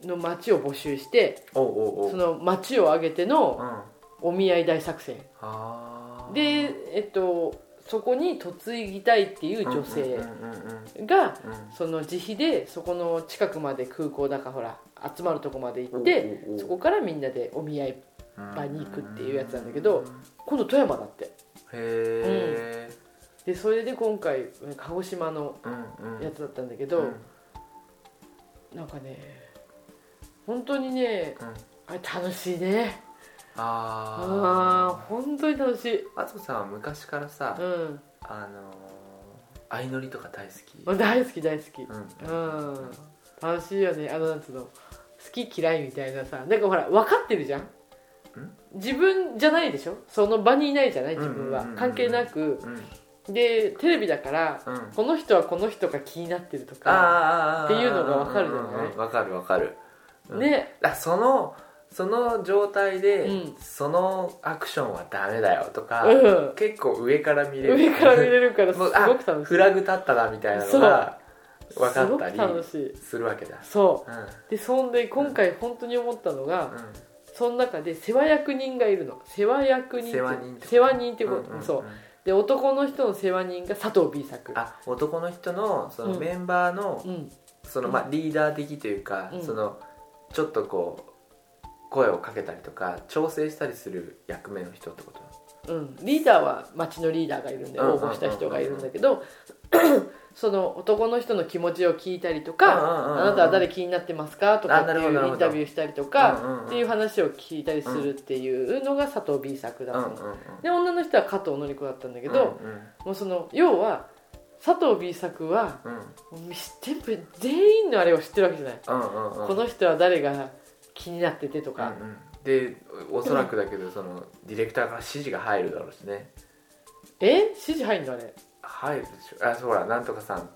S4: の町を募集して
S3: おうおうおう
S4: その町を挙げて
S3: う
S4: の
S3: ん
S4: お見合い大作戦
S3: あー
S4: でえっとそこに嫁ぎたいっていう女性
S3: うんうんうんうんう
S4: が
S3: ん
S4: その自費でそこの近くまで空港だかほら集まるとこまで行って
S3: おうおうおう
S4: そこからみんなでお見合い
S3: 場
S4: に行くっていうやつなんだけど今度富山だって
S3: へえ、
S4: でそれで今回鹿児島の
S3: うんうん、
S4: やつだったんだけど、
S3: うん
S4: なんかね本当にね
S3: うん、
S4: あれ楽しいねああ
S3: あ
S4: 本当に楽しい
S3: ああつこさんは昔からさ、
S4: うん
S3: あのー、相乗りとか大好き、
S4: まあ大好き大好き
S3: うん
S4: うん楽しいよねあのなんつうの好き嫌いみたいなさなんかほら分かってるじゃん自分じゃないでしょその場にいないじゃない自分は
S3: うんうんうんうん
S4: 関係なく
S3: うん
S4: でテレビだから
S3: うん
S4: この人はこの人が気になってると
S3: あー
S4: か
S3: あーあー
S4: っていうのがわかるじゃない
S3: うんうんうんわかるわかる、うん
S4: ね
S3: あそのその状態で、
S4: うん
S3: そのアクションはダメだよとか、
S4: うん
S3: 結構上から見れる
S4: 上から見れるからす
S3: もう
S4: ごく
S3: あ
S4: 楽しい
S3: フラグ立ったなみたいなのが分かった
S4: すごく楽
S3: り
S4: しい
S3: するわけだ
S4: そ
S3: うん
S4: うでそんで今回本当に思ったのが、
S3: う
S4: その中で世話役人がいるの世話役人って
S3: 世話人ってこと
S4: 世話人って
S3: ん
S4: こと、
S3: うんうん
S4: そうで男の人の世話人が佐藤 B 作
S3: あ男の人のそうの
S4: ん
S3: メンバーの
S4: うん
S3: そのまあリーダー的というか
S4: うん
S3: そのちょっとこう声をかけたりとか調整したりする役目の人ってことなの
S4: うん、リーダーは町のリーダーがいるんで
S3: うんうんうんう
S4: 応
S3: ん
S4: 募した人がいるんだけど その男の人の気持ちを聞いたりとか「あなたは誰気になってますか?」とかって
S3: あなるほど
S4: い
S3: なる
S4: うイ
S3: ほ
S4: ン
S3: ど
S4: タビューしたりと
S3: うんうんう
S4: か
S3: ん
S4: っていう話を聞いたりするっていうのが佐藤 B 作
S3: うんう
S4: だ
S3: ん
S4: ね
S3: うん
S4: で女の人は加藤紀子だったんだけ
S3: うん
S4: どもうその要は佐藤 B 作は
S3: うんうん
S4: もう全部全員のあれを知ってるわけじゃない
S3: うんうんうん
S4: この人は誰が気になっててと
S3: うんう
S4: か
S3: んでおおそらくだけどそのディレクターから指示が入るだろうしね
S4: え指示入んのあれ
S3: 入るでしょあそうだなんとかさん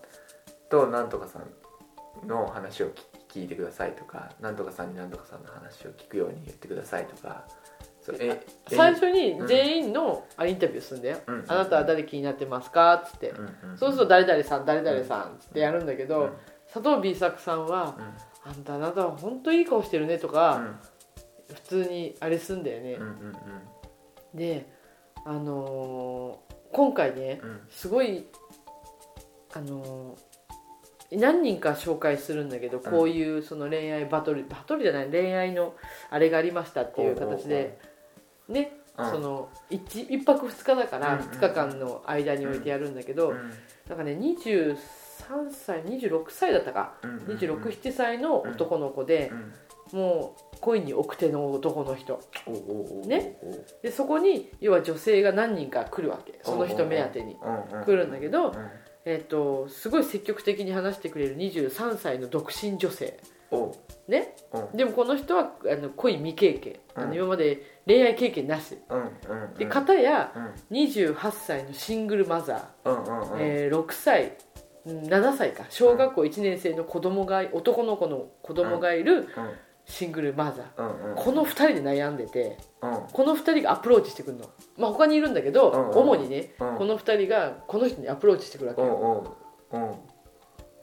S3: となんとかさんの話を聞聞いてくださいとかなんとかさんになんとかさんの話を聞くように言ってくださいとかそうええ
S4: 最初に全員のあインタビューするんだよ
S3: うんうん
S4: あなたは誰気になってますか?」っつって、
S3: うんん
S4: そうすると「誰々さん誰々さん」っつってやるんだけど、
S3: うん
S4: 佐藤 B 作さんは
S3: うん
S4: 「あんたあなたは本当いい顔してるね」とか、普通にあれすんだよね
S3: うんう、んうんうん
S4: であのー今回ね
S3: うん
S4: すごいあのー何人か紹介するんだけどこういうその恋愛バトルバトルじゃない恋愛のあれがありましたっていう形でね
S3: うん
S4: その 1, 泊2日だか
S3: う
S4: ら
S3: んうんうん
S4: 2日間の間に置いてやるんだけど、
S3: うん
S4: なんかね23歳26歳だったか
S3: うんうんうん
S4: 267歳の男の子で
S3: う、ん
S4: もう恋に奥手の男の人
S3: おうおうおうおう
S4: ねでそこに要は女性が何人か来るわけその人目当てに
S3: うんうん
S4: 来るんだけ
S3: う、
S4: ど
S3: ん
S4: えっとすごい積極的に話してくれる23歳の独身女性
S3: おう
S4: ね
S3: うん
S4: でもこの人はあの恋未経験、あ
S3: う
S4: の
S3: ん
S4: 今まで恋愛経験なし
S3: うんうんうん
S4: で片や
S3: うん
S4: 28歳のシングルマザー
S3: うんうんうん
S4: えー6歳うん7歳か小学校1年生の子供が男の子の子供がいる
S3: うん
S4: シングルマザー
S3: うんうん
S4: この2人で悩んでて
S3: うん
S4: この2人がアプローチしてくるの、まあ、他にいるんだけど、
S3: うんうん
S4: 主にね
S3: うん
S4: この2人がこの人にアプローチしてくるわけ
S3: お
S4: よ、
S3: うおう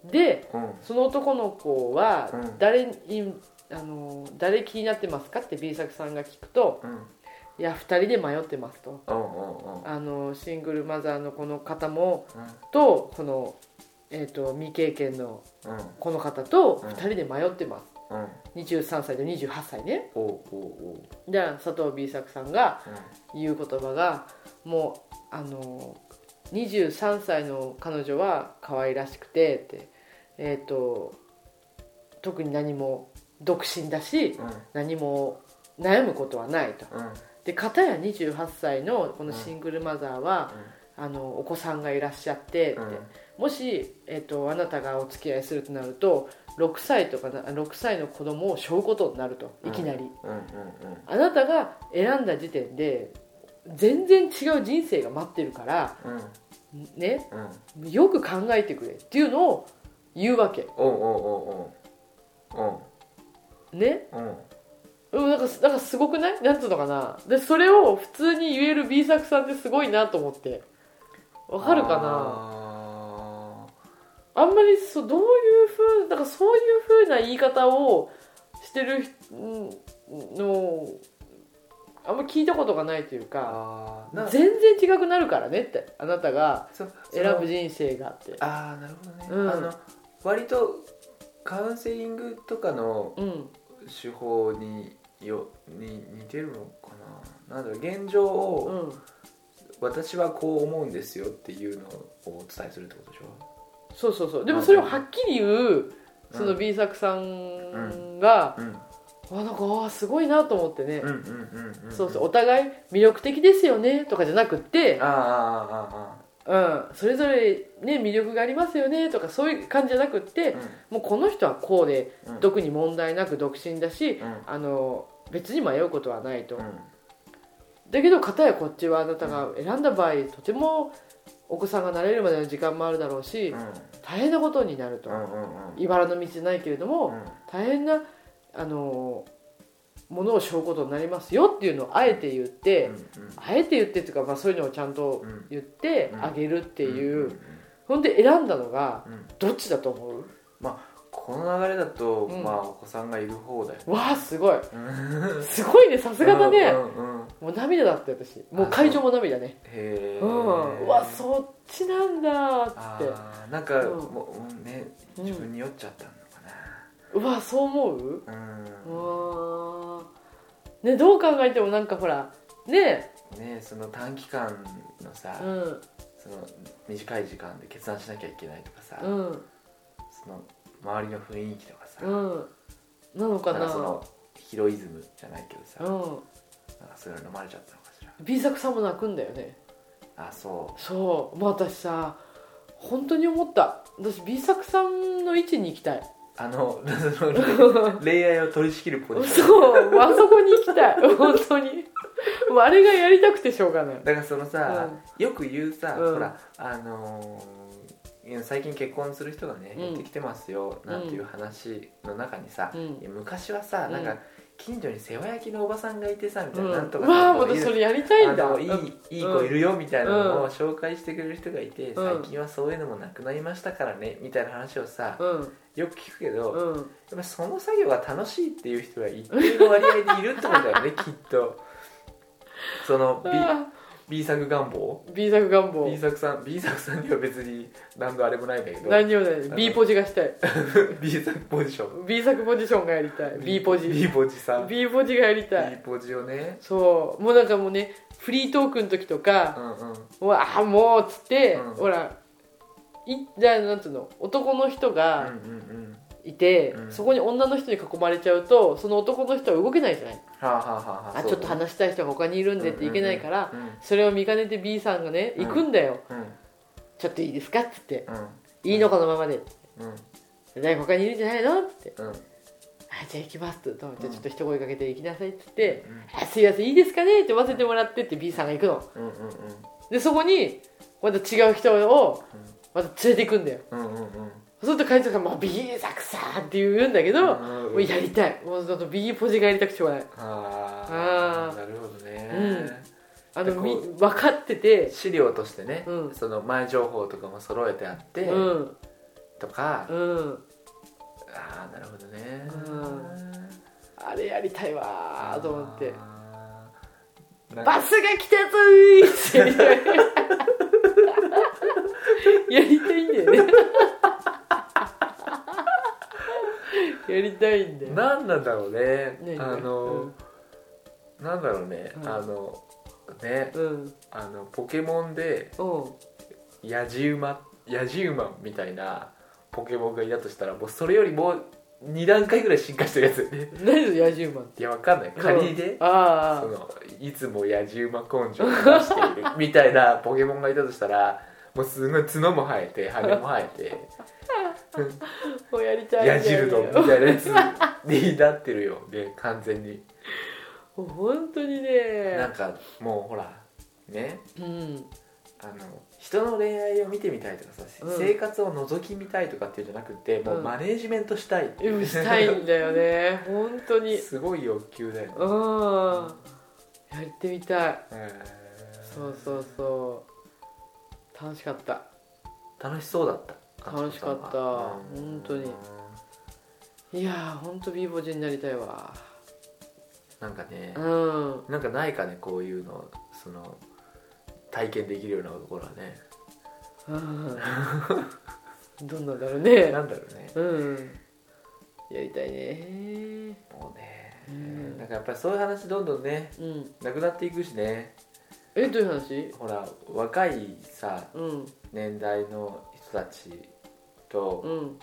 S3: うん
S4: で
S3: うん
S4: その男の子は
S3: うん
S4: 誰に、あのー誰気になってますか?」って B 作さんが聞くと
S3: うん
S4: 「いや2人で迷ってます」と。
S3: おうおうおう
S4: あのーシングルマザーのこの方も
S3: うん
S4: とこの、えー、と未経験の
S3: うん
S4: この方と
S3: うん
S4: 2人で迷ってます、
S3: うん
S4: 23歳と28歳ね
S3: おうおうおう
S4: で佐藤 B 作さんが
S3: うん
S4: 言う言葉がもうあの23歳の彼女は可愛らしくてってえっ、と特に何も独身だし
S3: うん
S4: 何も悩むことはないと
S3: うん
S4: で片や28歳のこのシングルマザーは、あのお子さんがいらっしゃってって、
S3: うん
S4: もし、えっとあなたがお付き合いするとなると6歳とかな6歳の子供を背負うことになるといきなり、
S3: うんうん
S4: あなたが選んだ時点で全然違う人生が待ってるから
S3: うんうん
S4: ね
S3: うん
S4: よく考えてくれっていうのを言うわけ
S3: おうおうおうおう
S4: ね
S3: うんうん
S4: うんなんかなんかすごくないなんつうのかなでそれを普通に言える B 作さんってすごいなと思ってわかるかな
S3: な
S4: あんまりそうどういうふうだからそういうふうな言い方をしてる人のをあんま聞いたことがないというか
S3: あーな
S4: 全然違くなるからねってあなたが
S3: そそ
S4: 選
S3: の
S4: ぶ人生がって
S3: ああなるほどね、
S4: うん
S3: あの割とカウンセリングとかの
S4: うん
S3: 手法によに似てるのかななんだろう現状
S4: う
S3: を
S4: ん
S3: 私はこう思うんですよっていうのをお伝えするってことでしょ
S4: そうそうそうでもそれをはっきり言うその B 作さんが、
S3: うん
S4: あなんかあーすごいなと思ってね、
S3: うんうんうんうん、うん、
S4: そうそうお互い魅力的ですよねとかじゃなくって
S3: あー、あ
S4: うん、それぞれ、ね、魅力がありますよねとかそういう感じじゃなくって、
S3: ーあーあー
S4: もうこの人はこうで
S3: うんうん
S4: 特に問題なく独身だし、
S3: うん
S4: あの別に迷うことはないと、
S3: うん
S4: だけど片やこっちはあなたが選んだ場合とてもお子さんが慣れるまでの時間もあるだろうし、
S3: うん
S4: 大変なことになると、
S3: うんうんうん
S4: 茨の道じゃないけれども、大変なあのものを背負うことになりますよっていうのをあえて言って、
S3: うん
S4: あえて言ってっていうか、まあ、そういうのをちゃんと
S3: うん
S4: 言って
S3: うん
S4: あげるってい
S3: う
S4: う、
S3: ん
S4: ほんで選んだのが
S3: うんうん
S4: どっちだと思
S3: この流れだと、
S4: うん
S3: まあお子さんがいる方だよ
S4: うわあすごい
S3: うん
S4: すごいねさすがだね、
S3: うんうんうん
S4: もう涙だったよ私もう会場も涙ね
S3: へえ、
S4: うんうわそっちなんだっつっ
S3: あーなんか、
S4: うん
S3: もうもうね
S4: うん
S3: 自分に酔っちゃったのか
S4: てうわそう思う
S3: なうん
S4: うわーねどう考えてもなんかほらね
S3: ねその短期間のさ、
S4: うん
S3: その短い時間で決断しなきゃいけないとかさ、
S4: うん
S3: その周りの雰囲気とかさ、
S4: うんなのか
S3: なん
S4: な
S3: かそのヒロイズムじゃないけどさ、
S4: う
S3: なんかそういうの飲まれちゃったのかし
S4: ん B 作さんも泣くんだよね
S3: らあそう
S4: そうまあ私さ本当に思った私 B 作さんの位置に行きたい
S3: あの その恋愛を取り仕切るポジション
S4: そうもうあそこに行きたい 本当にもうあれがやりたくてしょうがない
S3: だからそのさ、よく言うさ、
S4: うん
S3: ほらあのーいや最近結婚する人がね
S4: うん
S3: やってきてますよ、なんていう話の中にさ、
S4: うん
S3: いや昔はさ、
S4: うん
S3: なんか近所に世話焼きのおばさんがいてさみた
S4: う
S3: い
S4: ん
S3: な、なんとかさ
S4: わあ
S3: こう
S4: 私
S3: いう
S4: それやりたいん
S3: あ
S4: だ
S3: のいいいい子いるよみたいなの
S4: うん
S3: を紹介してくれる人がいて、
S4: うん
S3: 最近はそういうのもなくなりましたからねみたいな話をさ、
S4: うん
S3: よく聞くけど、やっ
S4: うん
S3: ぱりその作業が楽しいっていう人が一定の割合でいるってことだ よねきっとその B, B 作願望
S4: B 作願
S3: B
S4: 望
S3: 作さん B 作さんには別に何のあれもないんだけど
S4: 何にもないです B ポジがしたい
S3: B 作ポジション
S4: B 作ポジションがやりたい B ポジ
S3: B ポジさん B,
S4: B ポジがやりたい
S3: ポジをね
S4: そうもうなんかもうねフリートークの時とか
S3: うんうん
S4: うわあもうっつって、
S3: うん
S4: ほらいじゃあなんつうの男の
S3: う
S4: 人
S3: んうん
S4: が
S3: うん
S4: いて、
S3: うん
S4: そこに女の人に囲まれちゃうとその男の人は動けないじゃない
S3: はあはあはあ
S4: あちょっと話したい人が他にいるんでっていけないから、
S3: うん
S4: それを見かねて B さんがね
S3: うん
S4: 行くんだよ、
S3: うん
S4: ちょっといいですかっつって
S3: うん
S4: いいのこのままで
S3: うん
S4: 誰か他にいるんじゃないのっつって
S3: うんうん
S4: あじゃあ行きますって言うとじゃ
S3: うん
S4: あちょっと一声かけて行きなさいっつって、あすいませんいいですかねって言わせてもらってって B さんが行くの
S3: うんうん
S4: でそこにまた違う人をまた連れて行くんだよ
S3: うんうんうんうん
S4: そうすると会長さんが「まあ、B 作さん」って言うんだけど、
S3: うん
S4: もうやりたいもうちょっと B ポジがやりたくてしょうがない
S3: あ
S4: あー
S3: あなるほどね、
S4: あのみ
S3: こう
S4: 分かってて
S3: 資料としてね、
S4: うん
S3: その前情報とかも揃えてあって、
S4: うん
S3: とか、
S4: うん
S3: ああなるほどね、
S4: うんあれやりたいわーと思って
S3: あー
S4: 「
S3: なん
S4: バ
S3: か
S4: スが来たぞー!」って やりたいんだよね やりたいんだよ
S3: なんなんだろうね
S4: ね
S3: あの、なんだろうね、
S4: うん
S3: あのね
S4: うん
S3: あのポケモンで
S4: うん
S3: ヤジウマヤジウマみたいなポケモンがいたとしたらもうそれよりも2段階ぐらい進化してるやつよね
S4: 何それ野獣馬
S3: いやわかんない仮で、
S4: あ
S3: そ
S4: ー
S3: のいつも野じ馬根性を出している みたいなポケモンがいたとしたらもうすごい角も生えて羽も生え て
S4: もうやりたいんだよ
S3: 野
S4: ね
S3: じるのみたいなやつになってるよね完全に
S4: もう本当に
S3: なん
S4: ね
S3: かもうほらね
S4: うん
S3: あの人の恋愛を見てみたいとかさ、
S4: うん
S3: 生活を覗き見たいとかっていうんじゃなくてもううんマネージメントしたいって
S4: で
S3: い
S4: も
S3: う
S4: したいんだよね本当に
S3: すごい欲求だよね
S4: うんやってみたい
S3: へー
S4: そうそうそう楽しかった
S3: 楽しそうだった
S4: 楽しかった
S3: うん
S4: 本当にいやーほんと B ボジになりたいわ
S3: なんかね、
S4: うん
S3: なんかないかねこういうのその体験できるようなところはね
S4: うんどんなんだろ
S3: な
S4: うね
S3: んだろうね
S4: うんやりたいね
S3: もうね、
S4: うん
S3: なんかやっぱりそういう話どんどんね
S4: うん
S3: なくなっていくしね
S4: えどういう話
S3: ほら若いさ
S4: うん
S3: 年代の人たち
S4: う
S3: と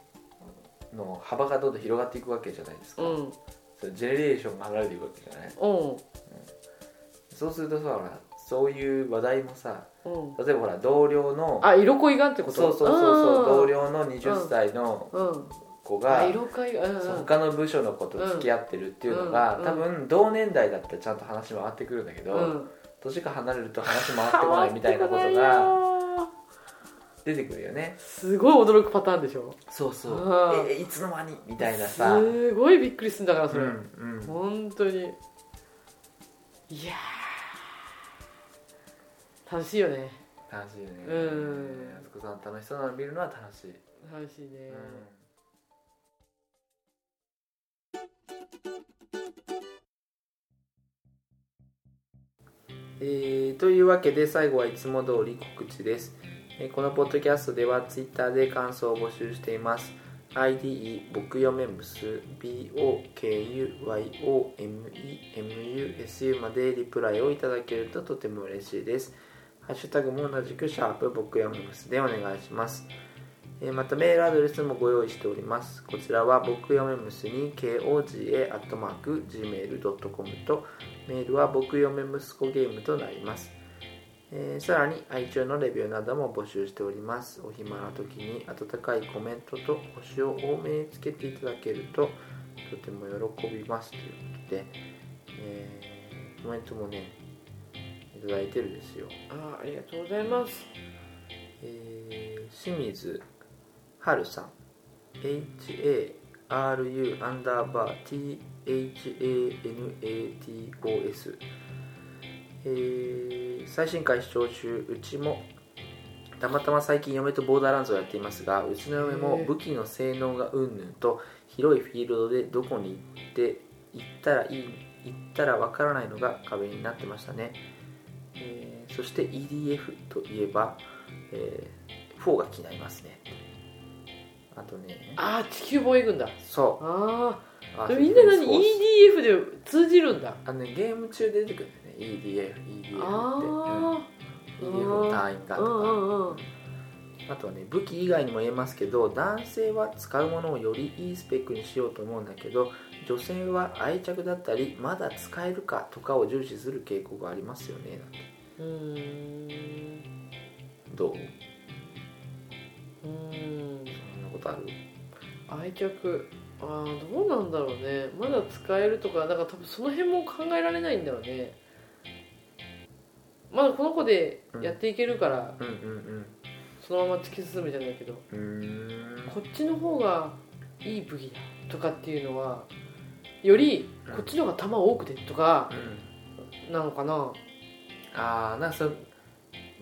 S4: ん
S3: の幅がどんどん広がっていくわけじゃないですか、
S4: うん
S3: そのジェネレーションが離れていくわけじゃない
S4: うん
S3: そうするとさほらそういう話題もさ
S4: うん
S3: 例えばほら同僚の
S4: あ色恋がんって
S3: そ
S4: こ
S3: う
S4: と
S3: そうそうそう同
S4: 僚
S3: 僚の20歳の
S4: うん
S3: 子が、
S4: あ色恋がうん
S3: そう他の部署の子と付き合ってるっていうのが、
S4: うん
S3: 多分同年代だったらちゃんと話回ってくるんだけど、
S4: うん
S3: 年が離れると話回ってこないみたいなことが出てくるよね
S4: すごい驚くパターンでしょ
S3: そうそう
S4: うん
S3: えいつの間にみたいなさ、うん
S4: すごいびっくりするんだからそうれ、
S3: ん、
S4: 本当にいやー楽しいよね
S3: 楽しいよね
S4: うん
S3: あつこさん楽しそうなの見るのは楽しい、
S4: 楽しいね、
S3: うん
S5: えーというわけで最後はいつも通り告知です、えーこのポッドキャストでは Twitter で感想を募集しています
S3: IDE 僕嫁むす BOKUYOMEMUSU までリプライをいただけるととても嬉しいですハッシュタグも同じくシャープ僕嫁むすでお願いしますえーまたメールアドレスもご用意しておりますこちらは僕嫁むすに koga.gmail.com とメールは僕嫁息子ゲームとなりますえーさらに iTunes のレビューなども募集しておりますお暇な時に温かいコメントと星を多めにつけていただけるととても喜びますということで、えーコメントもねいただいてるんですよ、
S4: あーありがとうございます
S3: えー清水春さん HARU アンダーバー THANATOS えー最新回視聴中うちもたまたま最近嫁とボーダーランズをやっていますがうちの嫁も武器の性能がうんぬんと広いフィールドでどこに行って行ったらいい行ったらわからないのが壁になってましたね、えーそして EDF といえば、えー、4が気になりますねあとね
S4: ああ地球防衛軍だ
S3: そ
S4: あ
S3: うあ
S4: あみんな何
S3: フォース
S4: EDF で通じるんだ
S3: あのねゲーム中で出てくるんだよね EDF EDF って、
S4: あ
S3: うん EDF の単位
S4: あ
S3: が
S4: う
S3: とか
S4: んうんうん
S3: あとはね武器以外にも言えますけど男性は使うものをよりいいスペックにしようと思うんだけど女性は愛着だったりまだ使えるかとかを重視する傾向がありますよね
S4: うーん
S3: どう
S4: うーん
S3: そんなことある
S4: 愛着あーどうなんだろうねまだ使えるとかだから多分その辺も考えられないんだよねまだこの子でやっていけるから、
S3: うんうん
S4: そのまま突き進むじゃないけど
S3: うんうん
S4: こっちの方がいい武器だとかっていうのはよりこっちの方が弾多くてとかなのかな
S3: ああなんかそ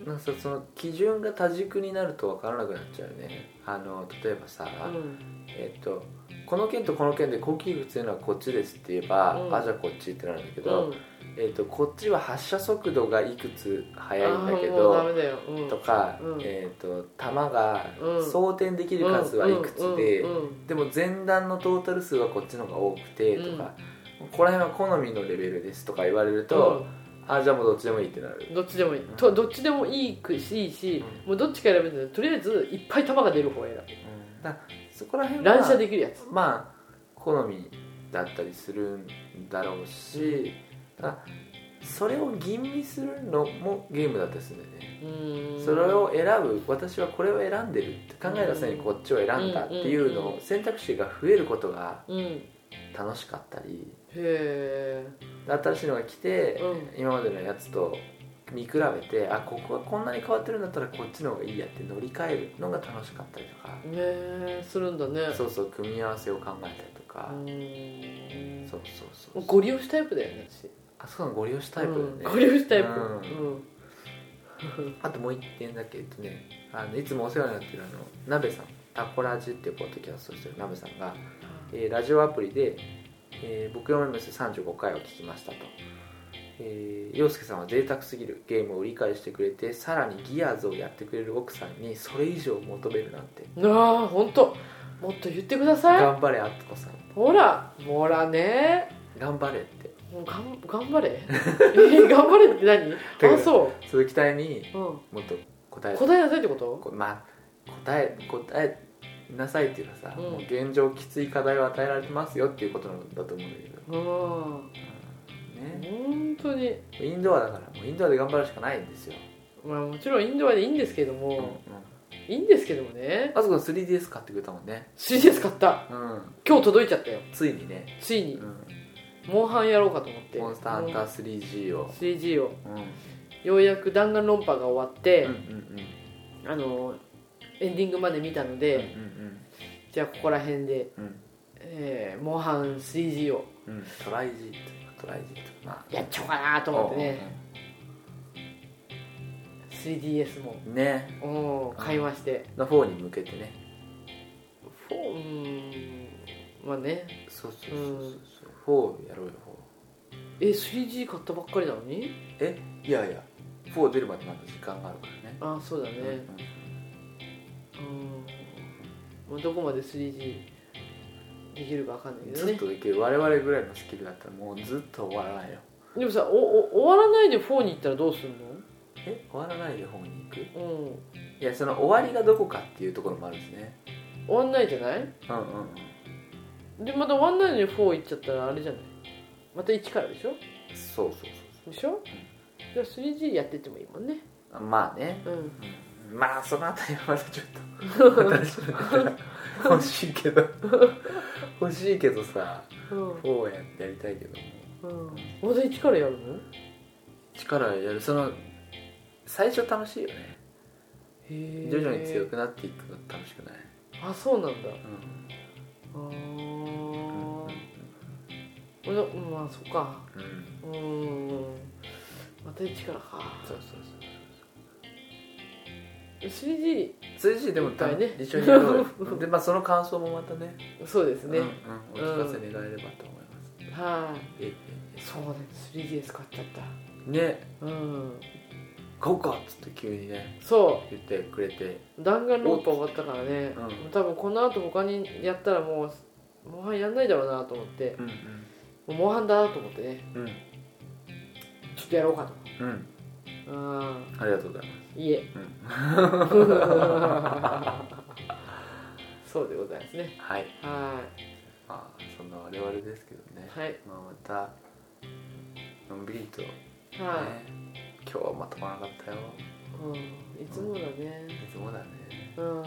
S3: なんかそその基準が多軸になると分からなくなっちゃうよねあの例えばさ、
S4: うん
S3: えっとこの剣とこの剣で高級物というのはこっちですって言えば、
S4: うん
S3: あじゃあこっちってなるんだけ
S4: う
S3: ど、
S4: ん
S3: えー、とこっちは発射速度がいくつ速いんだけ
S4: あーもうダ
S3: ど
S4: メだよ、うん、
S3: とか、
S4: うん
S3: えー、と弾が
S4: うん
S3: 装填できる数はいくつで、
S4: うんうん
S3: でも前段のトータル数はこっちの方が多くてとか、ここら辺は好みのレベルですとか言われると、あじゃあもうどっちでもいいってなる
S4: どっちでもいいとどっちでもいいくしいいし、もうどっちか選べるんだけどとりあえずいっぱい球が出る方を選
S3: だからそこら
S4: ぶ
S3: 辺は
S4: 乱射できるやつ
S3: まあ好みだったりするんだろうしだからそれを吟味するのもゲームだったりするんだよね
S4: うーん
S3: それを選ぶ私はこれを選んでるって考えた際にこっちを選んだっていうのを選択肢が増えることが
S4: うんへ
S3: 楽しかったり
S4: え
S3: 新しいのが来て
S4: う
S3: 今までのやつと見比べてあここがこんなに変わってるんだったらこっちの方がいいやって乗り換えるのが楽しかったりとか
S4: ねえするんだね
S3: そうそう組み合わせを考えたりとか
S4: うーん
S3: そうそうそう
S4: もうゴリ押しタイプだよね私
S3: あそこがご利用しタイプ
S4: うん
S3: だ
S4: ゴ
S3: よね
S4: リ押しタイプ
S3: うあともう一点だけ言うとねあのいつもお世話になってるあの鍋さんタコラジっていうポッドキャストをしてる鍋さんがえーラジオアプリで「えー僕読めます35回を聞きましたと」えー、陽介さんは贅沢すぎるゲームを理解してくれてさらにギアーズをやってくれる奥さんにそれ以上求めるなんて
S4: うんなあ本当もっと言ってください
S3: 頑張れあつこさん
S4: ほらほらね
S3: 頑張れって
S4: もうがん頑張れ えー頑張れっ て
S3: だ
S4: 何
S3: けど
S4: あそ
S3: そういう期待に
S4: う、うん、
S3: もっと答え
S4: 答えなさいってこと
S3: こまあ答え答えなさいっていうかさ、
S4: うん
S3: もう現状きつい課題を与えられてますよっていうことなんだと思うんだけど
S4: うん本
S3: ね
S4: 当に
S3: インドアだからもうインドアで頑張るしかないんですよ、
S4: まあもちろんインドアでいいんですけど
S3: うんうん
S4: も、いいんですけどもね
S3: あつこさん 3DS 買ってくれたもんね
S4: 3DS 買った
S3: うん、
S4: 今日届いちゃったよ
S3: ついにね、
S4: ついうに
S3: ん、
S4: モンハンやろうかと思って
S3: モンスターハンター 3G を、
S4: 3G を
S3: うん
S4: ようやく弾丸論破が終わって
S3: うん、うん
S4: あのエンディングまで見たので、
S3: うんうん
S4: じゃあここら辺で、
S3: うん
S4: えーモンハン 3G を
S3: うんうんトライ G とかトライ G とか
S4: やっちゃおうかなと
S3: まあ
S4: 思ってね 3DS も
S3: うんね
S4: うん買いまして
S3: の方に向けてね
S4: フォーうーんまあね
S3: そうそうそうそう、4やろうよ
S4: え 3G 買ったばっかりなのに
S3: 4えいやいや4出るまでまだ時間があるからね
S4: あそうだね
S3: うんうん
S4: うんもうどこまで 3G できるかわかんないけど
S3: ずっ
S4: ね
S3: とできる我々ぐらいのスキルだったらもうずっと終わらないよ
S4: でもさおお終わらないで4に行ったらどうすん
S3: え終わらないで本に行くい
S4: のうん
S3: やその終わりがどこかっていうところもあるんですね
S4: 終わんないじゃない
S3: うんうんうん
S4: でまた終わんないのに4行っちゃったらあれじゃないまた1からでしょ
S3: そうそう
S4: でしょじゃあ 3G やってってもいいもんね
S3: そうまあね、
S4: うん
S3: うんまあそのあたりはまたちょっと私の中で欲しいけど欲しいけどさ
S4: うん
S3: こうやってやりたいけども
S4: うんまた1からやるの
S3: 力やるその最初楽しいよね
S4: へえ
S3: 徐々に強くなっていくの楽しくない、
S4: あそうなんだ
S3: うん
S4: あー俺だうんまあそっか
S3: うん、
S4: うーんまた1からか
S3: そうそうそ
S4: 3G
S3: う 3G でもた
S4: いっぱいね
S3: 一緒にやろう よでまあその感想もまたね
S4: そうですね、
S3: うんうんお聞かせ願えればと思います、
S4: は
S3: ええ
S4: いそうね 3DS 買っちゃった
S3: えね
S4: うん
S3: 買おうかっつって急にね
S4: そ
S3: 言ってくれて
S4: う弾丸論破終わったからね、
S3: う
S4: 多分この後他にやったらもうモンハンやんないだろうなと思って
S3: うん
S4: もうモンハンだと思ってね
S3: うん
S4: ちょっとやろうかと
S3: うん
S4: うん
S3: ありがとうございま
S4: いえ、
S3: う
S4: そうでございますね
S3: すはい
S4: は
S3: まあそんな我々ですけどね
S4: い、はい
S3: まあまたのんびりとね、
S4: は
S3: 今日はまとまらなかったよ
S4: い、うん、いつもだね
S3: いつもだね、
S4: うん
S3: うん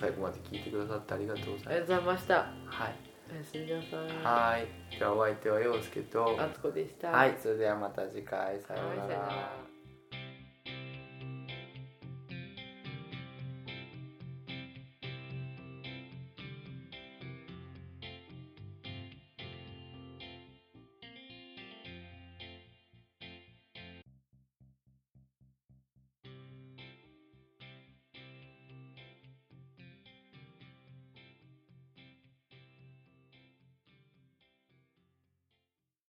S3: 最後まで聞いてくださってありがとうご
S4: あ
S3: ざ
S4: り
S3: いま
S4: がとうございました
S3: すはい
S4: おやすみなさ
S3: は
S4: い
S3: いじゃあお相手は陽介と
S4: あつこでした
S3: はいそれではまた次回さよう
S4: はい
S3: な
S4: さよな
S3: ら
S4: ら